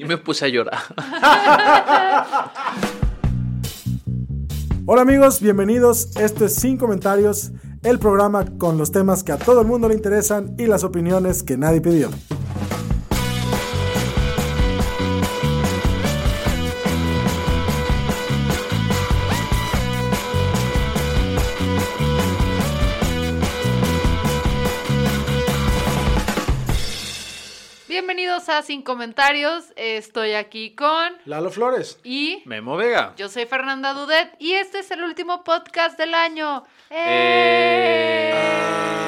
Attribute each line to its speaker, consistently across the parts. Speaker 1: Y me puse a llorar.
Speaker 2: Hola amigos, bienvenidos. Esto es Sin Comentarios, el programa con los temas que a todo el mundo le interesan y las opiniones que nadie pidió.
Speaker 3: Bienvenidos a Sin Comentarios. Estoy aquí con
Speaker 4: Lalo Flores.
Speaker 3: y
Speaker 1: Memo Vega.
Speaker 3: yo soy Fernanda Dudet y este es el último podcast del año. ¡Eh!
Speaker 4: Ah,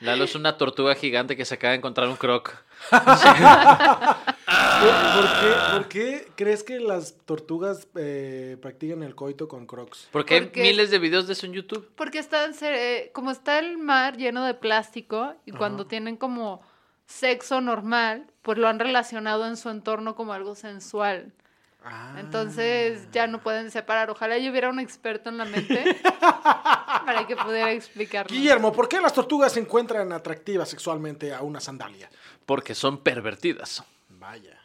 Speaker 1: Lalo es una tortuga gigante que se acaba de encontrar un croc.
Speaker 4: ¿por, por qué, por qué crees que las tortugas eh, practican el coito con crocs?
Speaker 1: Porque hay
Speaker 3: ¿Por qué?
Speaker 1: miles de videos de eso en YouTube.
Speaker 3: Porque está en ser- eh, como está el mar lleno de plástico y cuando tienen como sexo normal, pues lo han relacionado en su entorno como algo sensual. Entonces ya no pueden separar. Ojalá yo hubiera un experto en la mente para que pudiera explicarlo.
Speaker 4: Guillermo, ¿por qué las tortugas se encuentran atractivas sexualmente a una sandalia?
Speaker 1: Porque son pervertidas.
Speaker 4: Vaya.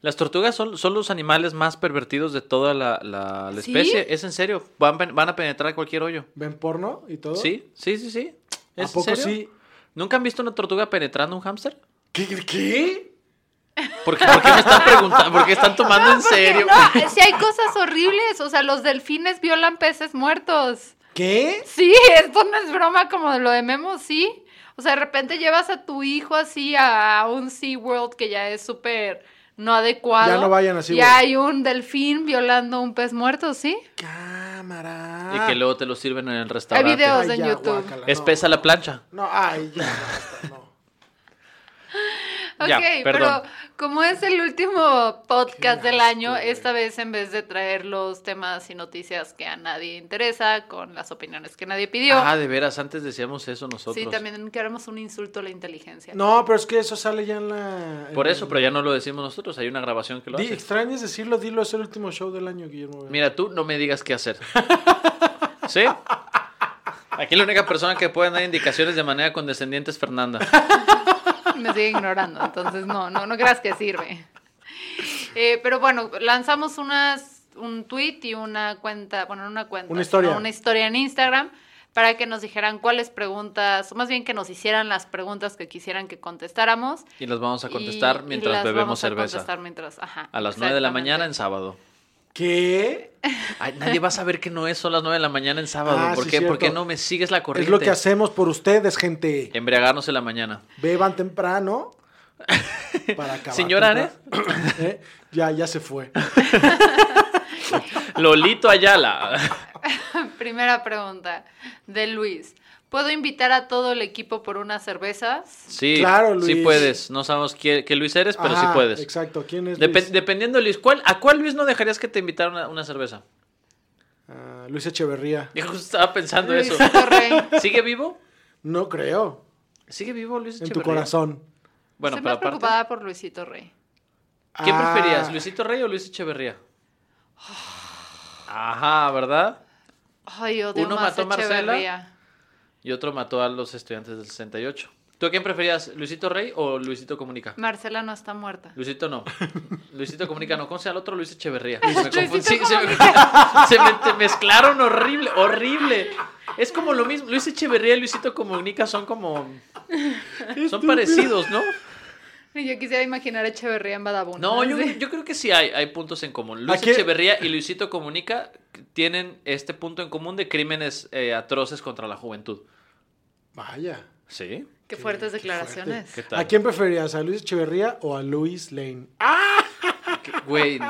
Speaker 1: Las tortugas son, son los animales más pervertidos de toda la, la- la
Speaker 3: ¿Sí?
Speaker 1: especie. Es en serio. Van, pen- van a penetrar cualquier hoyo.
Speaker 4: ¿Ven porno y todo?
Speaker 1: ¿Sí? Sí, sí, sí.
Speaker 4: ¿A
Speaker 1: ¿Es en
Speaker 4: poco
Speaker 1: serio?
Speaker 4: sí?
Speaker 1: ¿Nunca han visto una tortuga penetrando un hámster?
Speaker 4: ¿Qué? qué?
Speaker 1: ¿Por qué, por qué me están preguntando? ¿Por qué están tomando en serio?
Speaker 3: No, si hay cosas horribles, o sea, los delfines violan peces muertos.
Speaker 4: ¿Qué?
Speaker 3: Sí, esto no es broma como de lo de Memo, sí. O sea, de repente llevas a tu hijo así a un SeaWorld que ya es súper no adecuado.
Speaker 4: Ya no vayan a SeaWorld.
Speaker 3: Ya hay un delfín violando un pez muerto, ¿sí?
Speaker 4: Cámara.
Speaker 1: Y que luego te lo sirven en el
Speaker 3: Hay
Speaker 1: restaurante.
Speaker 3: videos
Speaker 4: Ay,
Speaker 3: en
Speaker 4: ya,
Speaker 3: YouTube.
Speaker 4: guácala,
Speaker 1: Es
Speaker 4: no.
Speaker 1: pesa la plancha.
Speaker 4: No, ay, ya, basta, no.
Speaker 3: Ok,
Speaker 1: Ya, perdón.
Speaker 3: pero como es el último podcast del año, esta vez en vez de traer los temas y noticias que a nadie interesa, con las opiniones que nadie pidió,
Speaker 1: Ah, de veras, antes decíamos eso nosotros.
Speaker 3: sí, también queremos un insulto a la inteligencia.
Speaker 4: No, pero es que eso sale ya en la... en
Speaker 1: Por eso,
Speaker 4: el-
Speaker 1: pero ya no lo decimos nosotros, hay una grabación que lo
Speaker 4: Di-
Speaker 1: hace.
Speaker 4: extrañas decirlo, dilo, es el último show del año, Guillermo. Vega.
Speaker 1: Mira, tú no me digas qué hacer. ¿Sí? Aquí la única persona que puede dar indicaciones de manera condescendiente es Fernanda.
Speaker 3: me sigue ignorando, entonces no, no, no creas que sirve. Eh, pero bueno, lanzamos unas, un tweet y una cuenta, bueno, no una cuenta,
Speaker 4: Una historia.
Speaker 3: sino una historia en Instagram para que nos dijeran cuáles preguntas, o más bien que nos hicieran las preguntas que quisieran que contestáramos.
Speaker 1: Y las vamos a
Speaker 3: y-
Speaker 1: contestar
Speaker 3: y
Speaker 1: mientras
Speaker 3: las
Speaker 1: bebemos
Speaker 3: vamos a
Speaker 1: cerveza.
Speaker 3: contestar mientras- ajá,
Speaker 1: A las 9 de la mañana en
Speaker 3: exactamente.
Speaker 1: sábado.
Speaker 4: ¿Qué?
Speaker 1: Ay, nadie va a saber que no es, son las 9 de la mañana en sábado.
Speaker 4: Ah,
Speaker 1: ¿Por,
Speaker 4: sí,
Speaker 1: qué? ¿Por
Speaker 4: cierto.
Speaker 1: qué no me sigues la corriente?
Speaker 4: Es lo que hacemos por ustedes, gente.
Speaker 1: Embriagarnos en la mañana.
Speaker 4: Beban temprano para acabar.
Speaker 1: Señora,
Speaker 4: temprano. ¿Eh? Ya, ya se fue.
Speaker 1: Lolito Ayala.
Speaker 3: Primera pregunta de Luis. ¿Puedo invitar a todo el equipo por unas cervezas?
Speaker 1: Sí,
Speaker 4: Claro, Luis.
Speaker 1: sí puedes. No sabemos qué, qué Luis eres, pero sí
Speaker 4: Ajá,
Speaker 1: puedes.
Speaker 4: Exacto. ¿Quién es
Speaker 1: Depen-
Speaker 4: Luis?
Speaker 1: Dependiendo, Luis, ¿cuál, ¿a cuál Luis no dejarías que te invitaran una, una cerveza?
Speaker 4: Ah, Luis Echeverría.
Speaker 1: Yo justo estaba pensando
Speaker 3: Luis
Speaker 1: eso.
Speaker 3: Torrey.
Speaker 1: ¿Sigue vivo?
Speaker 4: No creo.
Speaker 1: ¿Sigue vivo Luis
Speaker 4: En tu
Speaker 1: Echeverría?
Speaker 4: corazón.
Speaker 1: Bueno, pero
Speaker 3: Estoy más
Speaker 1: aparte.
Speaker 3: preocupada por Luisito Rey.
Speaker 1: ¿Qué
Speaker 4: Ah,
Speaker 1: preferías, Luisito Rey o Luis Echeverría?
Speaker 3: Ah.
Speaker 1: Ajá, ¿verdad?
Speaker 3: Ay, odio
Speaker 1: Uno
Speaker 3: más
Speaker 1: mató a Marcela.
Speaker 3: Echeverría.
Speaker 1: Y otro mató a los estudiantes del 68. ¿Tú a quién preferías, Luisito Rey o Luisito Comunica?
Speaker 3: Marcela no está muerta.
Speaker 1: Luisito no. Luisito Comunica no. ¿Cómo se llama el otro? Luis Echeverría. Me confundí,
Speaker 3: Luisito
Speaker 1: se, me, se me- te mezclaron horrible, horrible. Es como lo mismo. Luis Echeverría y Luisito Comunica son como... Son parecidos, ¿no?
Speaker 3: Yo quisiera imaginar a Echeverría en Badabun.
Speaker 1: No, yo,
Speaker 3: Sí.
Speaker 1: yo creo que sí hay, hay puntos en común. Luis
Speaker 4: Aquí-
Speaker 1: Echeverría y Luisito Comunica tienen este punto en común de crímenes eh, atroces contra la juventud.
Speaker 4: Vaya.
Speaker 1: ¿Sí?
Speaker 3: Qué fuertes declaraciones.
Speaker 1: ¿Qué tal?
Speaker 4: ¿A quién preferías? ¿A Luis Echeverría o a Luis Lane?
Speaker 1: Güey,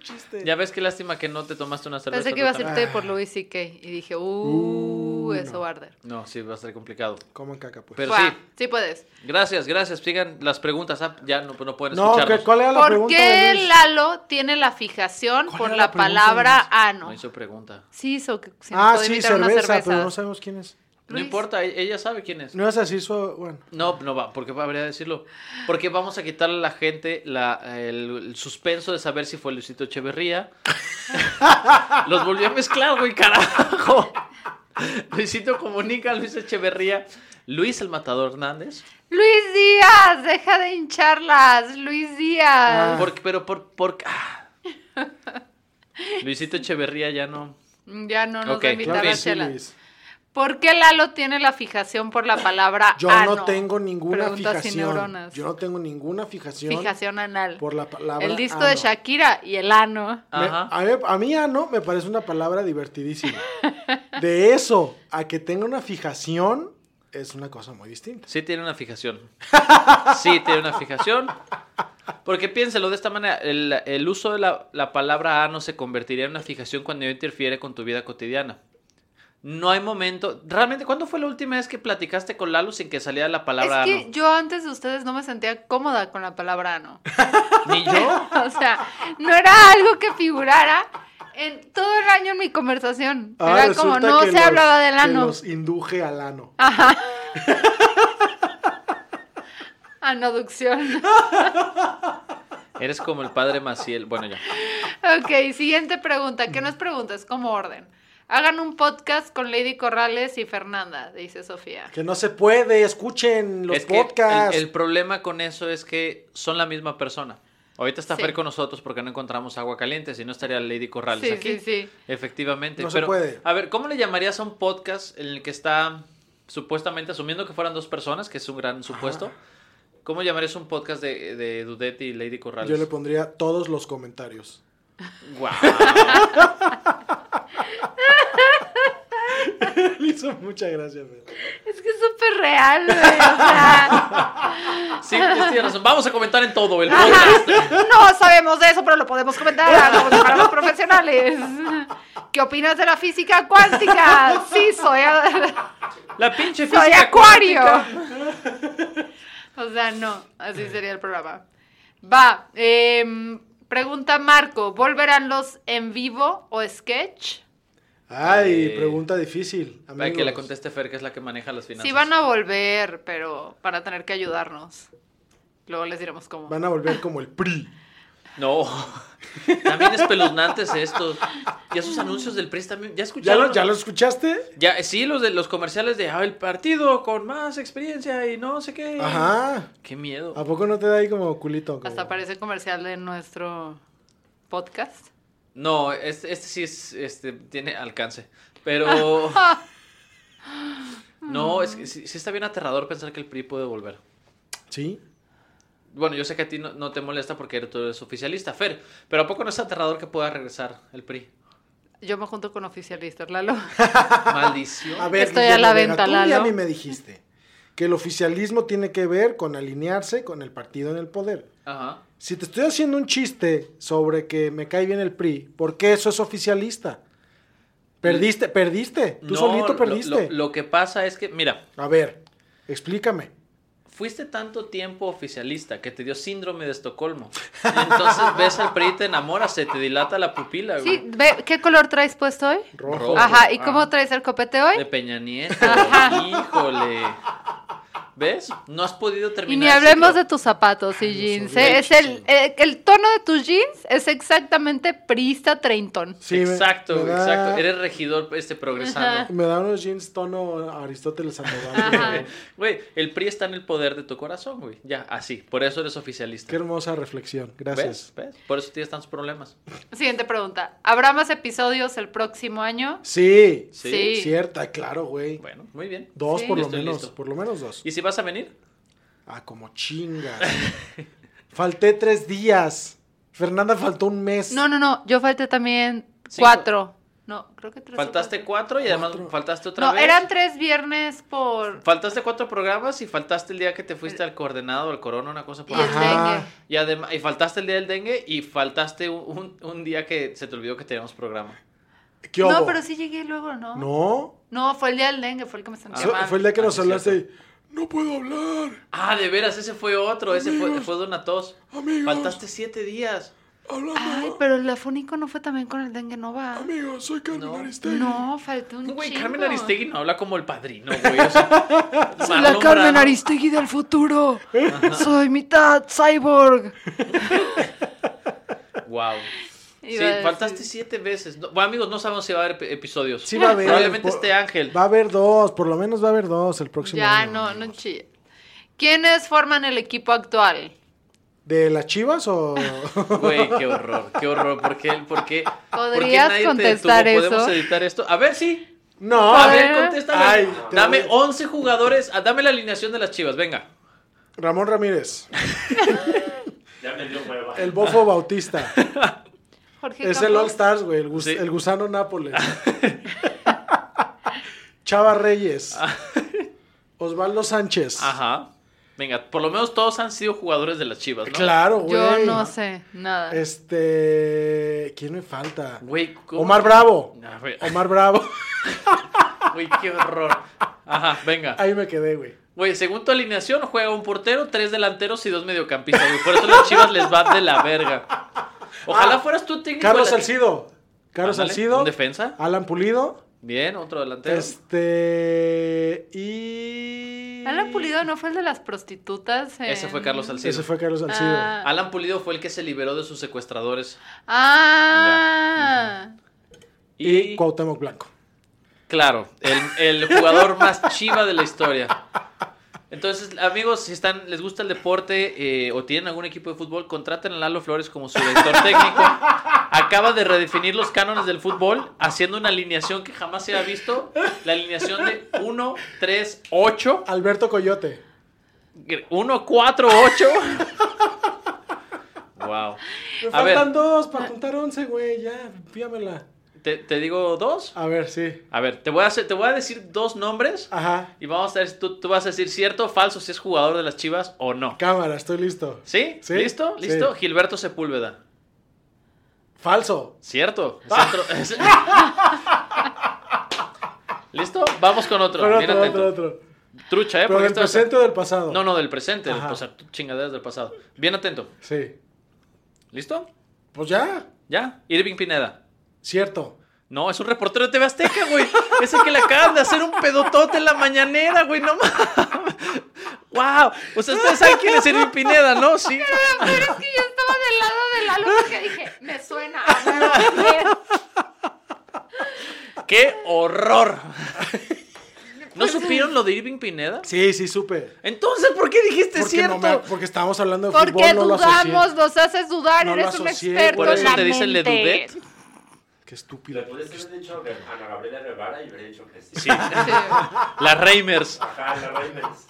Speaker 4: chiste.
Speaker 1: Ya ves qué lástima que no te tomaste una cerveza.
Speaker 3: Pensé
Speaker 1: tú
Speaker 3: que iba a ser
Speaker 1: también.
Speaker 3: té por Louis C.K. Y dije, uh, eso va a arder.
Speaker 1: No, sí, va a ser complicado.
Speaker 4: Coman caca, pues.
Speaker 1: Pero
Speaker 3: Fua,
Speaker 1: sí,
Speaker 3: sí puedes.
Speaker 1: gracias, gracias. Sigan las preguntas. Ah, ya no, no pueden
Speaker 4: no,
Speaker 1: escucharnos.
Speaker 4: ¿qué- ¿cuál era la
Speaker 3: ¿Por
Speaker 4: pregunta?
Speaker 3: qué
Speaker 4: de Luis?
Speaker 3: Lalo tiene la fijación
Speaker 4: ¿Cuál
Speaker 3: por
Speaker 4: era
Speaker 3: la,
Speaker 4: la pregunta,
Speaker 3: palabra
Speaker 4: Luis?
Speaker 3: ano?
Speaker 1: No hizo pregunta.
Speaker 3: Sí hizo que se
Speaker 4: Ah,
Speaker 3: puede
Speaker 4: sí,
Speaker 3: invitar
Speaker 4: cerveza,
Speaker 3: una cerveza.
Speaker 4: pero no sabemos quién es.
Speaker 1: No
Speaker 3: Luis.
Speaker 1: importa, e- ella sabe quién es.
Speaker 4: No vas a decir su. Bueno.
Speaker 1: No, no va, porque habría de decirlo. Porque vamos a quitarle a la gente la, el, el suspenso de saber si fue Luisito Echeverría. Los volvió a mezclar, güey, carajo. Luisito comunica, Luis Echeverría, Luis el Matador Hernández.
Speaker 3: Luis Díaz, deja de hincharlas, Luis
Speaker 4: Ah.
Speaker 3: Díaz.
Speaker 1: Porque, pero por, por ah. Luisito Echeverría ya no.
Speaker 3: Ya no nos
Speaker 1: Ok,
Speaker 3: va a invitar
Speaker 1: claro
Speaker 3: a
Speaker 1: que sí,
Speaker 3: chela.
Speaker 4: Luis.
Speaker 3: ¿Por qué Lalo tiene la fijación por la palabra
Speaker 4: Yo
Speaker 3: ano?
Speaker 4: no tengo ninguna
Speaker 3: Ah, Preguntas sin
Speaker 4: fijación.
Speaker 3: neuronas.
Speaker 4: Yo no tengo ninguna fijación.
Speaker 3: Fijación anal.
Speaker 4: Por la palabra.
Speaker 3: el disco
Speaker 4: ano.
Speaker 3: de Shakira y el ano.
Speaker 4: Me-
Speaker 1: Ajá.
Speaker 4: a, mí, a mí ano me parece una palabra divertidísima. De eso a que tenga una fijación es una cosa muy distinta.
Speaker 1: Sí tiene una fijación. Sí tiene una fijación. Porque piénselo de esta manera, el, el uso de la, la palabra ano se convertiría en una fijación cuando interfiere con tu vida cotidiana. No hay momento. Realmente, ¿cuándo fue la última vez que platicaste con Lalo sin que saliera la palabra
Speaker 3: es que
Speaker 1: ano?
Speaker 3: yo antes de ustedes no me sentía cómoda con la palabra ano.
Speaker 1: Ni yo.
Speaker 3: O sea, no era algo que figurara en todo el año en mi conversación.
Speaker 4: Ahora
Speaker 3: era como
Speaker 4: Ah, resulta
Speaker 3: no
Speaker 4: que
Speaker 3: se
Speaker 4: los-
Speaker 3: hablaba del
Speaker 4: que
Speaker 3: ano. Ah.
Speaker 4: los induje al ano.
Speaker 3: Anoducción.
Speaker 1: Eres como el padre Maciel. Bueno, ya.
Speaker 3: Ok, siguiente pregunta, que no es pregunta, es como orden. Hagan un podcast con Lady Corrales y Fernanda, dice Sofía.
Speaker 4: Que no se puede, escuchen los
Speaker 1: Es que el-
Speaker 4: podcasts.
Speaker 1: el, problema con eso es que son la misma persona. Ahorita está
Speaker 3: Sí.
Speaker 1: Fer con nosotros porque no encontramos agua caliente, si no estaría Lady Corrales
Speaker 3: Sí,
Speaker 1: aquí.
Speaker 3: sí, sí.
Speaker 1: Efectivamente.
Speaker 4: No se
Speaker 1: pero,
Speaker 4: puede.
Speaker 1: A ver, ¿cómo le llamarías a un podcast en el que está supuestamente, asumiendo que fueran dos personas, que es un gran supuesto, ¿cómo llamarías un podcast de, de Dudetti y Lady Corrales?
Speaker 4: Yo le pondría todos los comentarios.
Speaker 1: Guau.
Speaker 4: Le hizo muchas gracias.
Speaker 3: Es que es súper real, güey. O sea,
Speaker 1: Sí, tienes tienes razón. Vamos a comentar en todo el podcast.
Speaker 3: no sabemos de eso, pero lo podemos comentar como si fuéramos profesionales. ¿Qué opinas de la física cuántica? Sí, soy, a-
Speaker 1: La pinche
Speaker 3: soy
Speaker 1: física
Speaker 3: acuario.
Speaker 1: cuántica.
Speaker 3: O sea, no, así sería el programa. Va, em, pregunta Marco, ¿volverán los en vivo o sketch?
Speaker 4: Ay,
Speaker 1: Eh,
Speaker 4: pregunta difícil.
Speaker 1: Para que la
Speaker 4: amigos.
Speaker 1: conteste Fer, que es la que maneja las finanzas.
Speaker 3: Sí van a volver, pero para tener que ayudarnos. Luego les diremos cómo.
Speaker 4: Van a volver como el PRI.
Speaker 1: No. También espeluznantes estos. Ya sus anuncios del PRI también. ¿Ya
Speaker 4: ¿Ya
Speaker 1: escucharon?
Speaker 4: lo, ¿Ya lo escuchaste?
Speaker 1: Ya, sí, los de los comerciales de ah, el partido con más experiencia y no sé qué.
Speaker 4: Ajá.
Speaker 1: Qué miedo.
Speaker 4: ¿A poco no te da ahí como culito? como-
Speaker 1: Oh.
Speaker 3: Hasta parece comercial de nuestro podcast.
Speaker 1: No, este, este sí es, este, tiene alcance. Pero. no, es que sí, sí está bien aterrador pensar que el PRI puede volver.
Speaker 4: Sí.
Speaker 1: Bueno, yo sé que a ti no, no te molesta porque tú eres oficialista, Fer. Pero ¿a poco no es aterrador que pueda regresar el PRI?
Speaker 3: Yo me junto con oficialistas, Lalo.
Speaker 1: Ah, Maldición.
Speaker 4: A ver,
Speaker 3: Estoy a la
Speaker 4: Guillermo Vega,
Speaker 3: venta,
Speaker 4: tú un día a
Speaker 3: Lalo.
Speaker 4: mí me dijiste que el oficialismo tiene que ver con alinearse con el partido en el poder.
Speaker 1: Ajá.
Speaker 4: Si te estoy haciendo un chiste sobre que me cae bien el PRI, ¿por qué eso es oficialista? Perdiste, perdiste. Tú
Speaker 1: No,
Speaker 4: solito
Speaker 1: lo-
Speaker 4: perdiste.
Speaker 1: Lo, lo que pasa es que, mira,
Speaker 4: A ver, explícame.
Speaker 1: fuiste tanto tiempo oficialista que te dio síndrome de Estocolmo. Y entonces ves al PRI, te enamoras, se te dilata la pupila, güey.
Speaker 3: Sí, ve, ¿qué color traes puesto hoy?
Speaker 4: Rojo.
Speaker 3: Ajá, ¿y
Speaker 1: Ajá.
Speaker 3: cómo traes el copete
Speaker 1: Oh, ah. De
Speaker 3: hoy?
Speaker 1: Peña Nieto. Híjole. ¿Ves? No has podido terminar.
Speaker 3: Y ni
Speaker 1: el
Speaker 3: hablemos
Speaker 1: ciclo.
Speaker 3: de tus zapatos y jeans. ¿eh? Es
Speaker 1: leche,
Speaker 3: el, eh, el tono de tus jeans es exactamente priista treintón.
Speaker 4: Sí, me- Ah.
Speaker 1: exacto,
Speaker 4: me
Speaker 1: güey,
Speaker 4: da-
Speaker 1: exacto. Eres regidor este, progresando.
Speaker 4: Me da unos jeans tono Aristóteles Sandoval.
Speaker 3: Ajá.
Speaker 1: Güey, el PRI está en el poder de tu corazón, güey. Ya, así. Por eso eres oficialista.
Speaker 4: Qué hermosa reflexión.
Speaker 1: ¿Ves?
Speaker 4: Gracias.
Speaker 1: ¿Ves? Por eso tienes tantos problemas.
Speaker 3: Siguiente pregunta. ¿Habrá más episodios el próximo año?
Speaker 4: Sí,
Speaker 1: Sí.
Speaker 4: cierta, claro, güey.
Speaker 1: Bueno, muy bien.
Speaker 4: Dos
Speaker 3: Sí.
Speaker 4: por
Speaker 1: Yo
Speaker 4: lo
Speaker 1: estoy
Speaker 4: menos,
Speaker 1: listo.
Speaker 4: por lo menos dos.
Speaker 1: ¿Y si vas a venir?
Speaker 4: Ah, como chingas. Falté tres días. Fernanda faltó un mes.
Speaker 3: No, no, no. Yo falté también
Speaker 1: Cinco.
Speaker 3: cuatro. No, creo que tres. o
Speaker 1: Faltaste cuatro y además faltaste otra
Speaker 3: No,
Speaker 1: vez.
Speaker 3: eran tres viernes por.
Speaker 1: Faltaste cuatro programas y faltaste el día que te fuiste al coordenado, al corona, una cosa
Speaker 3: Y
Speaker 1: por
Speaker 3: el
Speaker 1: el
Speaker 4: Ajá.
Speaker 3: dengue.
Speaker 1: y, además, y faltaste el día del dengue y faltaste un, un- un día que se te olvidó que teníamos programa.
Speaker 4: ¿Qué
Speaker 3: No,
Speaker 4: hubo?
Speaker 3: pero sí llegué luego, ¿no?
Speaker 4: No.
Speaker 3: No, fue el día del dengue, fue el que me sentí
Speaker 1: Ah,
Speaker 4: Eso
Speaker 3: mal.
Speaker 4: fue el día que
Speaker 1: Ah,
Speaker 4: nos
Speaker 1: sí,
Speaker 4: hablaste y, no puedo hablar,
Speaker 1: Ah, de veras, ese fue otro, ese fue, fue de una tos.
Speaker 4: Amigos.
Speaker 1: Faltaste siete días.
Speaker 4: háblame,
Speaker 3: Ay, pero el afónico no fue también con el dengue, no va.
Speaker 4: amigo, soy Carmen Aristegui.
Speaker 3: No, faltó un
Speaker 1: Güey,
Speaker 3: chingo.
Speaker 1: Carmen Aristegui no habla como el padrino, güey. o sea,
Speaker 3: Soy la
Speaker 1: Marlon
Speaker 3: Carmen
Speaker 1: Brando.
Speaker 3: Aristegui del futuro. Soy mitad cyborg.
Speaker 1: Wow. Sí,
Speaker 3: Iba a
Speaker 1: faltaste
Speaker 3: decir-
Speaker 1: siete veces. No- bueno, amigos, no sabemos si va a haber ep- episodios.
Speaker 4: Sí va a haber.
Speaker 1: Probablemente
Speaker 4: por-
Speaker 1: esté Ángel.
Speaker 4: Va a haber dos, por lo menos va a haber dos el próximo
Speaker 3: Ya,
Speaker 4: año.
Speaker 3: no, no chille. ¿Quiénes forman el equipo actual?
Speaker 4: ¿De las chivas o...?
Speaker 1: Güey, qué horror, qué horror. ¿Por qué? ¿Por qué? ¿Por qué
Speaker 3: ¿Podrías
Speaker 1: nadie te
Speaker 3: contestar
Speaker 1: detuvo? ¿Podemos
Speaker 3: eso?
Speaker 1: editar esto? A ver, sí.
Speaker 4: no,
Speaker 1: A
Speaker 3: A
Speaker 1: ver,
Speaker 3: ver.
Speaker 1: contéstame.
Speaker 4: Ay, te
Speaker 1: dame
Speaker 4: voy
Speaker 1: 11 jugadores. ah, dame la alineación de las chivas, venga.
Speaker 4: Ramón Ramírez,
Speaker 5: Ya me dio hueva.
Speaker 4: el Bofo Bautista.
Speaker 3: Jorge
Speaker 4: es el
Speaker 3: Campos.
Speaker 4: All Stars, güey, el, gus-
Speaker 1: Sí.
Speaker 4: el gusano Nápoles. Chava Reyes. Osvaldo Sánchez.
Speaker 1: Ajá. Venga, por lo menos todos han sido jugadores de las chivas, ¿no?
Speaker 4: Claro, güey.
Speaker 3: Yo no sé nada.
Speaker 4: Este. ¿Quién me falta?
Speaker 1: Güey, ¿cómo?
Speaker 4: Omar Bravo.
Speaker 1: A ver,
Speaker 4: Omar Bravo.
Speaker 1: Güey, qué horror. Ajá, venga.
Speaker 4: Ahí me quedé, güey.
Speaker 1: Güey, según tu alineación, juega un portero, tres delanteros y dos mediocampistas. güey. Por eso las chivas les va de la verga. Ojalá fueras tú técnico.
Speaker 4: Ah,
Speaker 1: de
Speaker 4: Carlos
Speaker 1: la-
Speaker 4: Salcido. Carlos
Speaker 1: Ándale,
Speaker 4: Salcido.
Speaker 1: ¿Un defensa?
Speaker 4: Alan Pulido.
Speaker 1: Bien, otro delantero.
Speaker 4: Este. Y.
Speaker 3: Alan Pulido no fue el de las prostitutas.
Speaker 1: Ese fue
Speaker 3: en-
Speaker 1: Carlos Salcido.
Speaker 4: Ese fue Carlos Salcido.
Speaker 3: Ah.
Speaker 1: Alan Pulido fue el que se liberó de sus secuestradores.
Speaker 3: Ah.
Speaker 4: Y Cuauhtémoc Blanco.
Speaker 1: Claro, el, el jugador más chiva de la historia. Entonces, amigos, si están, les gusta el deporte eh, o tienen algún equipo de fútbol, contraten a Lalo Flores como su director técnico. Acaba de redefinir los cánones del fútbol haciendo una alineación que jamás se ha visto. La alineación de 1, 3, 8.
Speaker 4: Alberto Coyote.
Speaker 1: 1, 4, 8. Wow.
Speaker 4: Me
Speaker 1: A ver,
Speaker 4: faltan dos para juntar once, güey. Ya, fíamela.
Speaker 1: ¿te, te digo dos?
Speaker 4: A ver, sí.
Speaker 1: A ver, te voy a, hacer- te voy a decir dos nombres.
Speaker 4: Ajá.
Speaker 1: Y vamos a ver si tú, tú vas a decir cierto o falso si es jugador de las Chivas o no.
Speaker 4: Cámara, estoy listo.
Speaker 1: ¿Sí?
Speaker 4: Sí,
Speaker 1: ¿Listo?
Speaker 4: sí.
Speaker 1: ¿Listo? Gilberto Sepúlveda.
Speaker 4: Falso.
Speaker 1: ¿Cierto? Es otro- es- ¿Listo? Vamos con otro.
Speaker 4: Pero
Speaker 1: Bien
Speaker 4: otro,
Speaker 1: atento.
Speaker 4: otro, otro.
Speaker 1: Trucha, ¿eh?
Speaker 4: Pero
Speaker 1: Porque
Speaker 4: del
Speaker 1: esto es-
Speaker 4: presente o del pasado.
Speaker 1: No, no, del presente.
Speaker 4: Ajá.
Speaker 1: O sea, tú chingaderas del pasado. Bien atento.
Speaker 4: Sí.
Speaker 1: ¿Listo?
Speaker 4: Pues ya.
Speaker 1: ¿Ya? Irving Pineda.
Speaker 4: Cierto.
Speaker 1: No, es un reportero de TV Azteca, güey. Ese que le acaban de hacer un pedotote en la mañanera, güey. No mames. ¡Wow! O sea, ustedes saben quién es Irving Pineda, ¿no? Sí.
Speaker 3: Pero es que yo estaba del lado de Lalo porque dije, me suena. a huevo,
Speaker 1: ¡Qué horror! ¿No supieron lo de Irving Pineda?
Speaker 4: Sí, sí, supe.
Speaker 1: Entonces, ¿por qué dijiste
Speaker 4: Porque
Speaker 1: cierto?
Speaker 4: no me- porque estábamos hablando de
Speaker 3: Porque
Speaker 4: fútbol, no lo asocié.
Speaker 3: dudamos, nos haces dudar,
Speaker 4: No lo
Speaker 3: eres un
Speaker 4: asocié,
Speaker 3: experto
Speaker 1: Por
Speaker 3: en
Speaker 1: eso
Speaker 3: la
Speaker 1: te dicen le
Speaker 3: mente.
Speaker 1: dudet.
Speaker 4: Qué
Speaker 5: Le
Speaker 4: estúpido.
Speaker 5: puedes haber dicho que Ana Gabriela Guevara y hubiera dicho que sí.
Speaker 1: Sí. Las Reimers.
Speaker 5: Ajá, la Reynolds.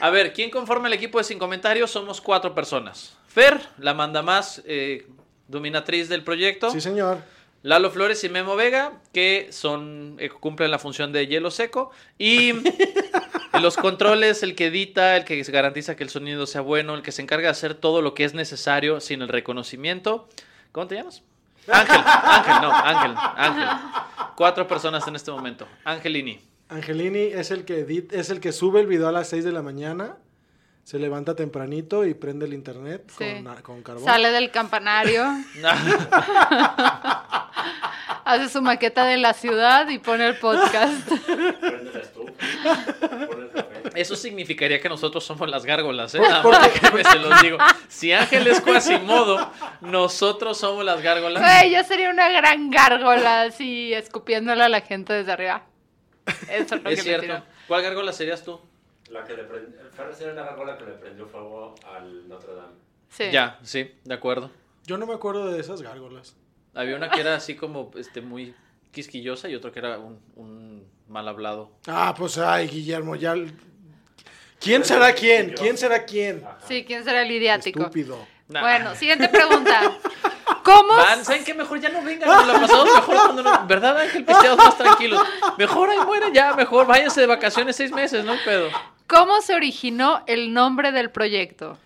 Speaker 1: A ver, ¿quién conforma el equipo de Sin Comentarios? Somos cuatro personas. Fer, la manda más eh, dominatriz del proyecto.
Speaker 4: Sí, señor.
Speaker 1: Lalo Flores y Memo Vega, que son eh, cumplen la función de hielo seco. Y los controles, el que edita, el que garantiza que el sonido sea bueno, el que se encarga de hacer todo lo que es necesario sin el reconocimiento. ¿Cómo te llamas? Ángel, Ángel, no, Ángel, Ángel. Cuatro personas en este momento. Angelini.
Speaker 4: Angelini es el que edit- es el que sube el video a las 6 de la mañana. Se levanta tempranito y prende el internet
Speaker 3: Sí.
Speaker 4: con, con carbón.
Speaker 3: Sale del campanario, hace su maqueta de la ciudad y pone el podcast.
Speaker 5: Prende la estufa. Pones café.
Speaker 1: Eso significaría que nosotros somos las gárgolas, ¿eh? Nada más déjenme se los digo. Si Ángel es Quasimodo, nosotros somos las gárgolas.
Speaker 3: Güey, yo sería una gran gárgola así escupiéndole a la gente desde arriba. Eso es
Speaker 1: Es
Speaker 3: lo que me
Speaker 1: cierto.
Speaker 3: tiró.
Speaker 1: ¿Cuál gárgola serías tú?
Speaker 5: La que le prendió. Ferres era la gargola que le prendió fuego al Notre Dame.
Speaker 3: Sí.
Speaker 1: Ya, sí, de acuerdo.
Speaker 4: Yo no me acuerdo de esas gárgolas.
Speaker 1: Había una que era así como este, muy quisquillosa y otro que era un, un mal hablado.
Speaker 4: Ah, pues ay, Guillermo, ya. ¿Quién será quién? ¿Quién será quién?
Speaker 3: Sí, ¿quién será el idiático?
Speaker 4: Estúpido.
Speaker 1: Nah.
Speaker 3: Bueno, siguiente pregunta. ¿Cómo?
Speaker 1: Van, ¿saben qué? Mejor ya no vengan, nos la pasamos mejor cuando no... ¿Verdad, Ángel? Pisteados más tranquilos. Mejor ahí mueren ya, mejor váyanse de vacaciones seis meses, ¿no? hay Pedo.
Speaker 3: ¿Cómo se originó el nombre del proyecto?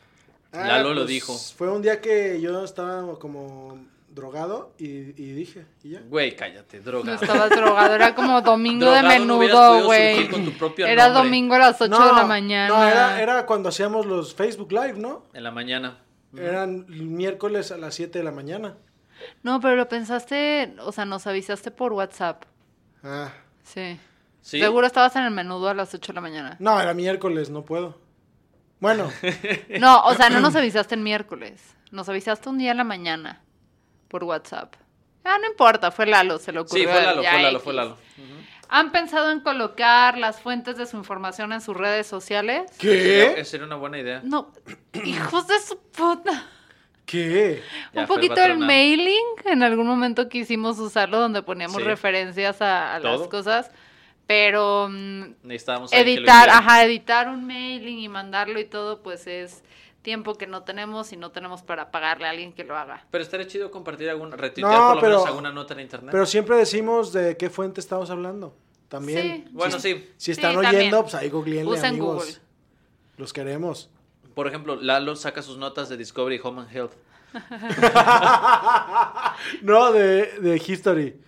Speaker 1: Lalo lo dijo.
Speaker 4: Ah, pues, Fue un día que yo estaba como drogado y, y dije, y ya.
Speaker 1: Güey, cállate, droga.
Speaker 3: No estabas drogado, era como domingo
Speaker 1: Drogado
Speaker 3: de
Speaker 1: no hubieras
Speaker 3: menudo,
Speaker 1: podido
Speaker 3: güey.
Speaker 1: surgir con tu propio
Speaker 3: era
Speaker 1: nombre.
Speaker 3: domingo a las 8 de la mañana.
Speaker 4: No, era, era cuando hacíamos los Facebook Live, ¿no?
Speaker 1: En la mañana.
Speaker 4: Eran miércoles a las 7 de la mañana.
Speaker 3: No, pero lo pensaste, o sea, nos avisaste por WhatsApp.
Speaker 4: Ah.
Speaker 3: Sí.
Speaker 1: ¿Sí?
Speaker 3: Seguro estabas en el menudo a las 8 de la mañana.
Speaker 4: No, era miércoles, no puedo. Bueno,
Speaker 3: No, o sea, no nos avisaste el miércoles. Nos avisaste un día en la mañana por WhatsApp. Ah, no importa, fue Lalo, se lo ocurrió.
Speaker 1: Sí, fue Lalo,
Speaker 3: ya
Speaker 1: fue Lalo,
Speaker 3: X.
Speaker 1: fue Lalo.
Speaker 3: ¿Han pensado en colocar las fuentes de su información en sus redes sociales?
Speaker 4: ¿qué?
Speaker 1: Sería- Sería una buena idea.
Speaker 3: No, hijos de su puta.
Speaker 4: ¿Qué?
Speaker 1: Ya,
Speaker 3: un
Speaker 1: Fer va a
Speaker 3: poquito el
Speaker 1: tronar.
Speaker 3: mailing, en algún momento quisimos usarlo donde poníamos
Speaker 1: Sí.
Speaker 3: referencias a, a las
Speaker 1: Todo.
Speaker 3: cosas, pero mm,
Speaker 1: Necesitábamos alguien que lo
Speaker 3: editar,
Speaker 1: hiciera.
Speaker 3: ajá, editar un mailing y mandarlo y todo, pues es tiempo que no tenemos y no tenemos para pagarle a alguien que lo haga.
Speaker 1: Pero estaría chido compartir alguna, retuitear
Speaker 4: No,
Speaker 1: por lo
Speaker 4: pero-
Speaker 1: menos alguna nota en internet.
Speaker 4: Pero siempre decimos de qué fuente estamos hablando. También.
Speaker 3: Sí.
Speaker 1: bueno, sí.
Speaker 4: Si están
Speaker 3: Sí,
Speaker 4: oyendo,
Speaker 3: también.
Speaker 4: pues ahí googleenle,
Speaker 3: Usen
Speaker 4: amigos.
Speaker 3: Google.
Speaker 4: Los queremos.
Speaker 1: Por ejemplo, Lalo saca sus notas de Discovery Home and Health.
Speaker 4: No, de, de History.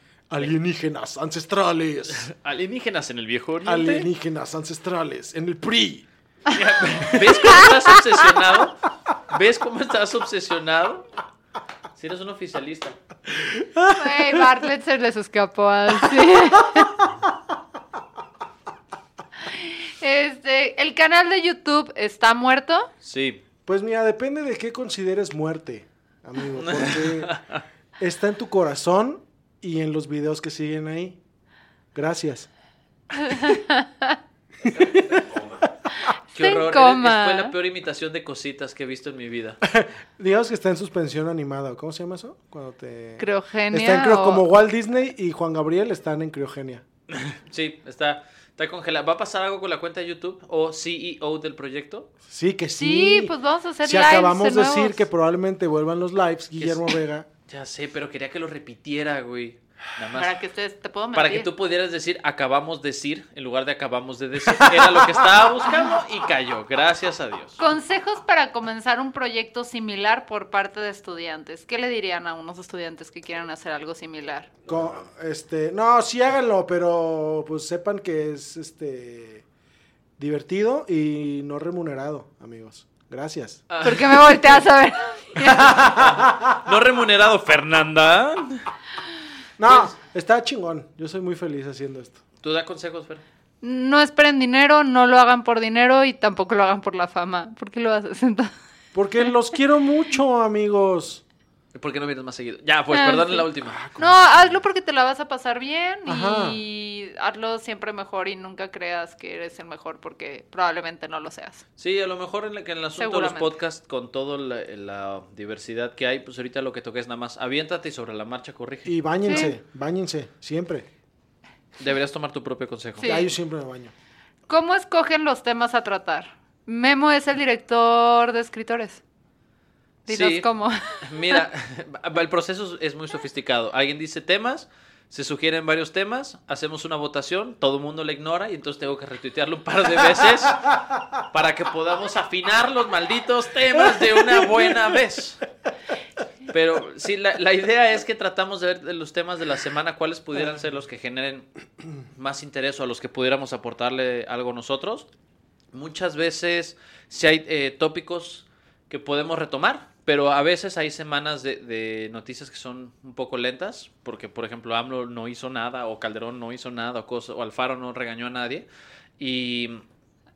Speaker 4: Alienígenas ancestrales.
Speaker 1: Alienígenas en el viejo oriente.
Speaker 4: Alienígenas ancestrales. En el PRI.
Speaker 1: ¿Ves cómo estás obsesionado? ¿Ves cómo estás obsesionado? Si eres un oficialista.
Speaker 3: Güey, Bartlett se les escapó así. Este, el canal de YouTube está muerto.
Speaker 1: Sí.
Speaker 4: Pues mira, depende de qué consideres muerte, amigo. Porque está en tu corazón y en los videos que siguen ahí. Gracias.
Speaker 1: Qué
Speaker 3: Está en
Speaker 1: horror.
Speaker 3: coma.
Speaker 1: Eres- Fue la peor imitación de cositas que he visto en mi vida.
Speaker 4: Digamos que está en suspensión animada. ¿Cómo se llama eso? Cuando te...
Speaker 3: Criogenia
Speaker 4: Está en crio-
Speaker 3: o-
Speaker 4: Como Walt Disney y Juan Gabriel están en criogenia.
Speaker 1: Sí, está, está congelada. ¿Va a pasar algo con la cuenta de YouTube o CEO del proyecto?
Speaker 4: Sí, que sí.
Speaker 3: Sí, pues vamos a hacer
Speaker 4: Si
Speaker 3: lives
Speaker 4: acabamos de
Speaker 3: de nuevos.
Speaker 4: decir que probablemente vuelvan los lives, Guillermo Vega.
Speaker 1: Ya sé, pero quería que lo repitiera, güey. Nada más.
Speaker 3: Para que ustedes te puedo
Speaker 1: Para que
Speaker 3: mentir.
Speaker 1: tú pudieras decir acabamos de decir en lugar de acabamos de decir. Era lo que estaba buscando y cayó. Gracias a Dios.
Speaker 3: Consejos para comenzar un proyecto similar por parte de estudiantes. ¿Qué le dirían a unos estudiantes que quieran hacer algo similar?
Speaker 4: Co- este, no, sí háganlo, pero pues sepan que es este divertido y no remunerado, amigos. Gracias.
Speaker 3: ¿Por qué me volteas a ver?
Speaker 1: No remunerado, Fernanda.
Speaker 4: No,
Speaker 3: Pues
Speaker 4: está chingón. Yo soy muy feliz haciendo esto.
Speaker 1: Tú da consejos, Fer.
Speaker 3: No esperen dinero, no lo hagan por dinero y tampoco lo hagan por la fama. ¿Por qué lo haces entonces?
Speaker 4: Porque los quiero mucho, amigos.
Speaker 1: ¿Por qué no vienes más seguido? Ya, pues,
Speaker 3: Ah,
Speaker 1: perdón
Speaker 3: sí.
Speaker 1: la última.
Speaker 3: No, hazlo porque te la vas a pasar bien
Speaker 4: Ajá.
Speaker 3: y hazlo siempre mejor y nunca creas que eres el mejor porque probablemente no lo seas.
Speaker 1: Sí, a lo mejor en, la- que en el asunto de los
Speaker 3: Seguramente.
Speaker 1: podcasts, con toda la, la diversidad que hay, pues ahorita lo que toca es nada más aviéntate y sobre la marcha corrige.
Speaker 4: Y bañense, bañense, siempre.
Speaker 1: Deberías tomar tu propio consejo.
Speaker 3: Sí.
Speaker 4: Ya yo siempre me baño.
Speaker 3: ¿Cómo escogen los temas a tratar? Memo es el director de escritores. Dinos
Speaker 1: Sí.
Speaker 3: cómo.
Speaker 1: Mira, el proceso es muy sofisticado. Alguien dice temas, se sugieren varios temas, hacemos una votación, todo el mundo la ignora y entonces tengo que retuitearlo un par de veces para que podamos afinar los malditos temas de una buena vez. Pero sí, la, la idea es que tratamos de ver de los temas de la semana cuáles pudieran ser los que generen más interés o a los que pudiéramos aportarle algo nosotros. Muchas veces si hay eh, tópicos que podemos retomar, pero a veces hay semanas de, de noticias que son un poco lentas, porque por ejemplo AMLO no hizo nada, o Calderón no hizo nada, o, cosa- o Alfaro no regañó a nadie, y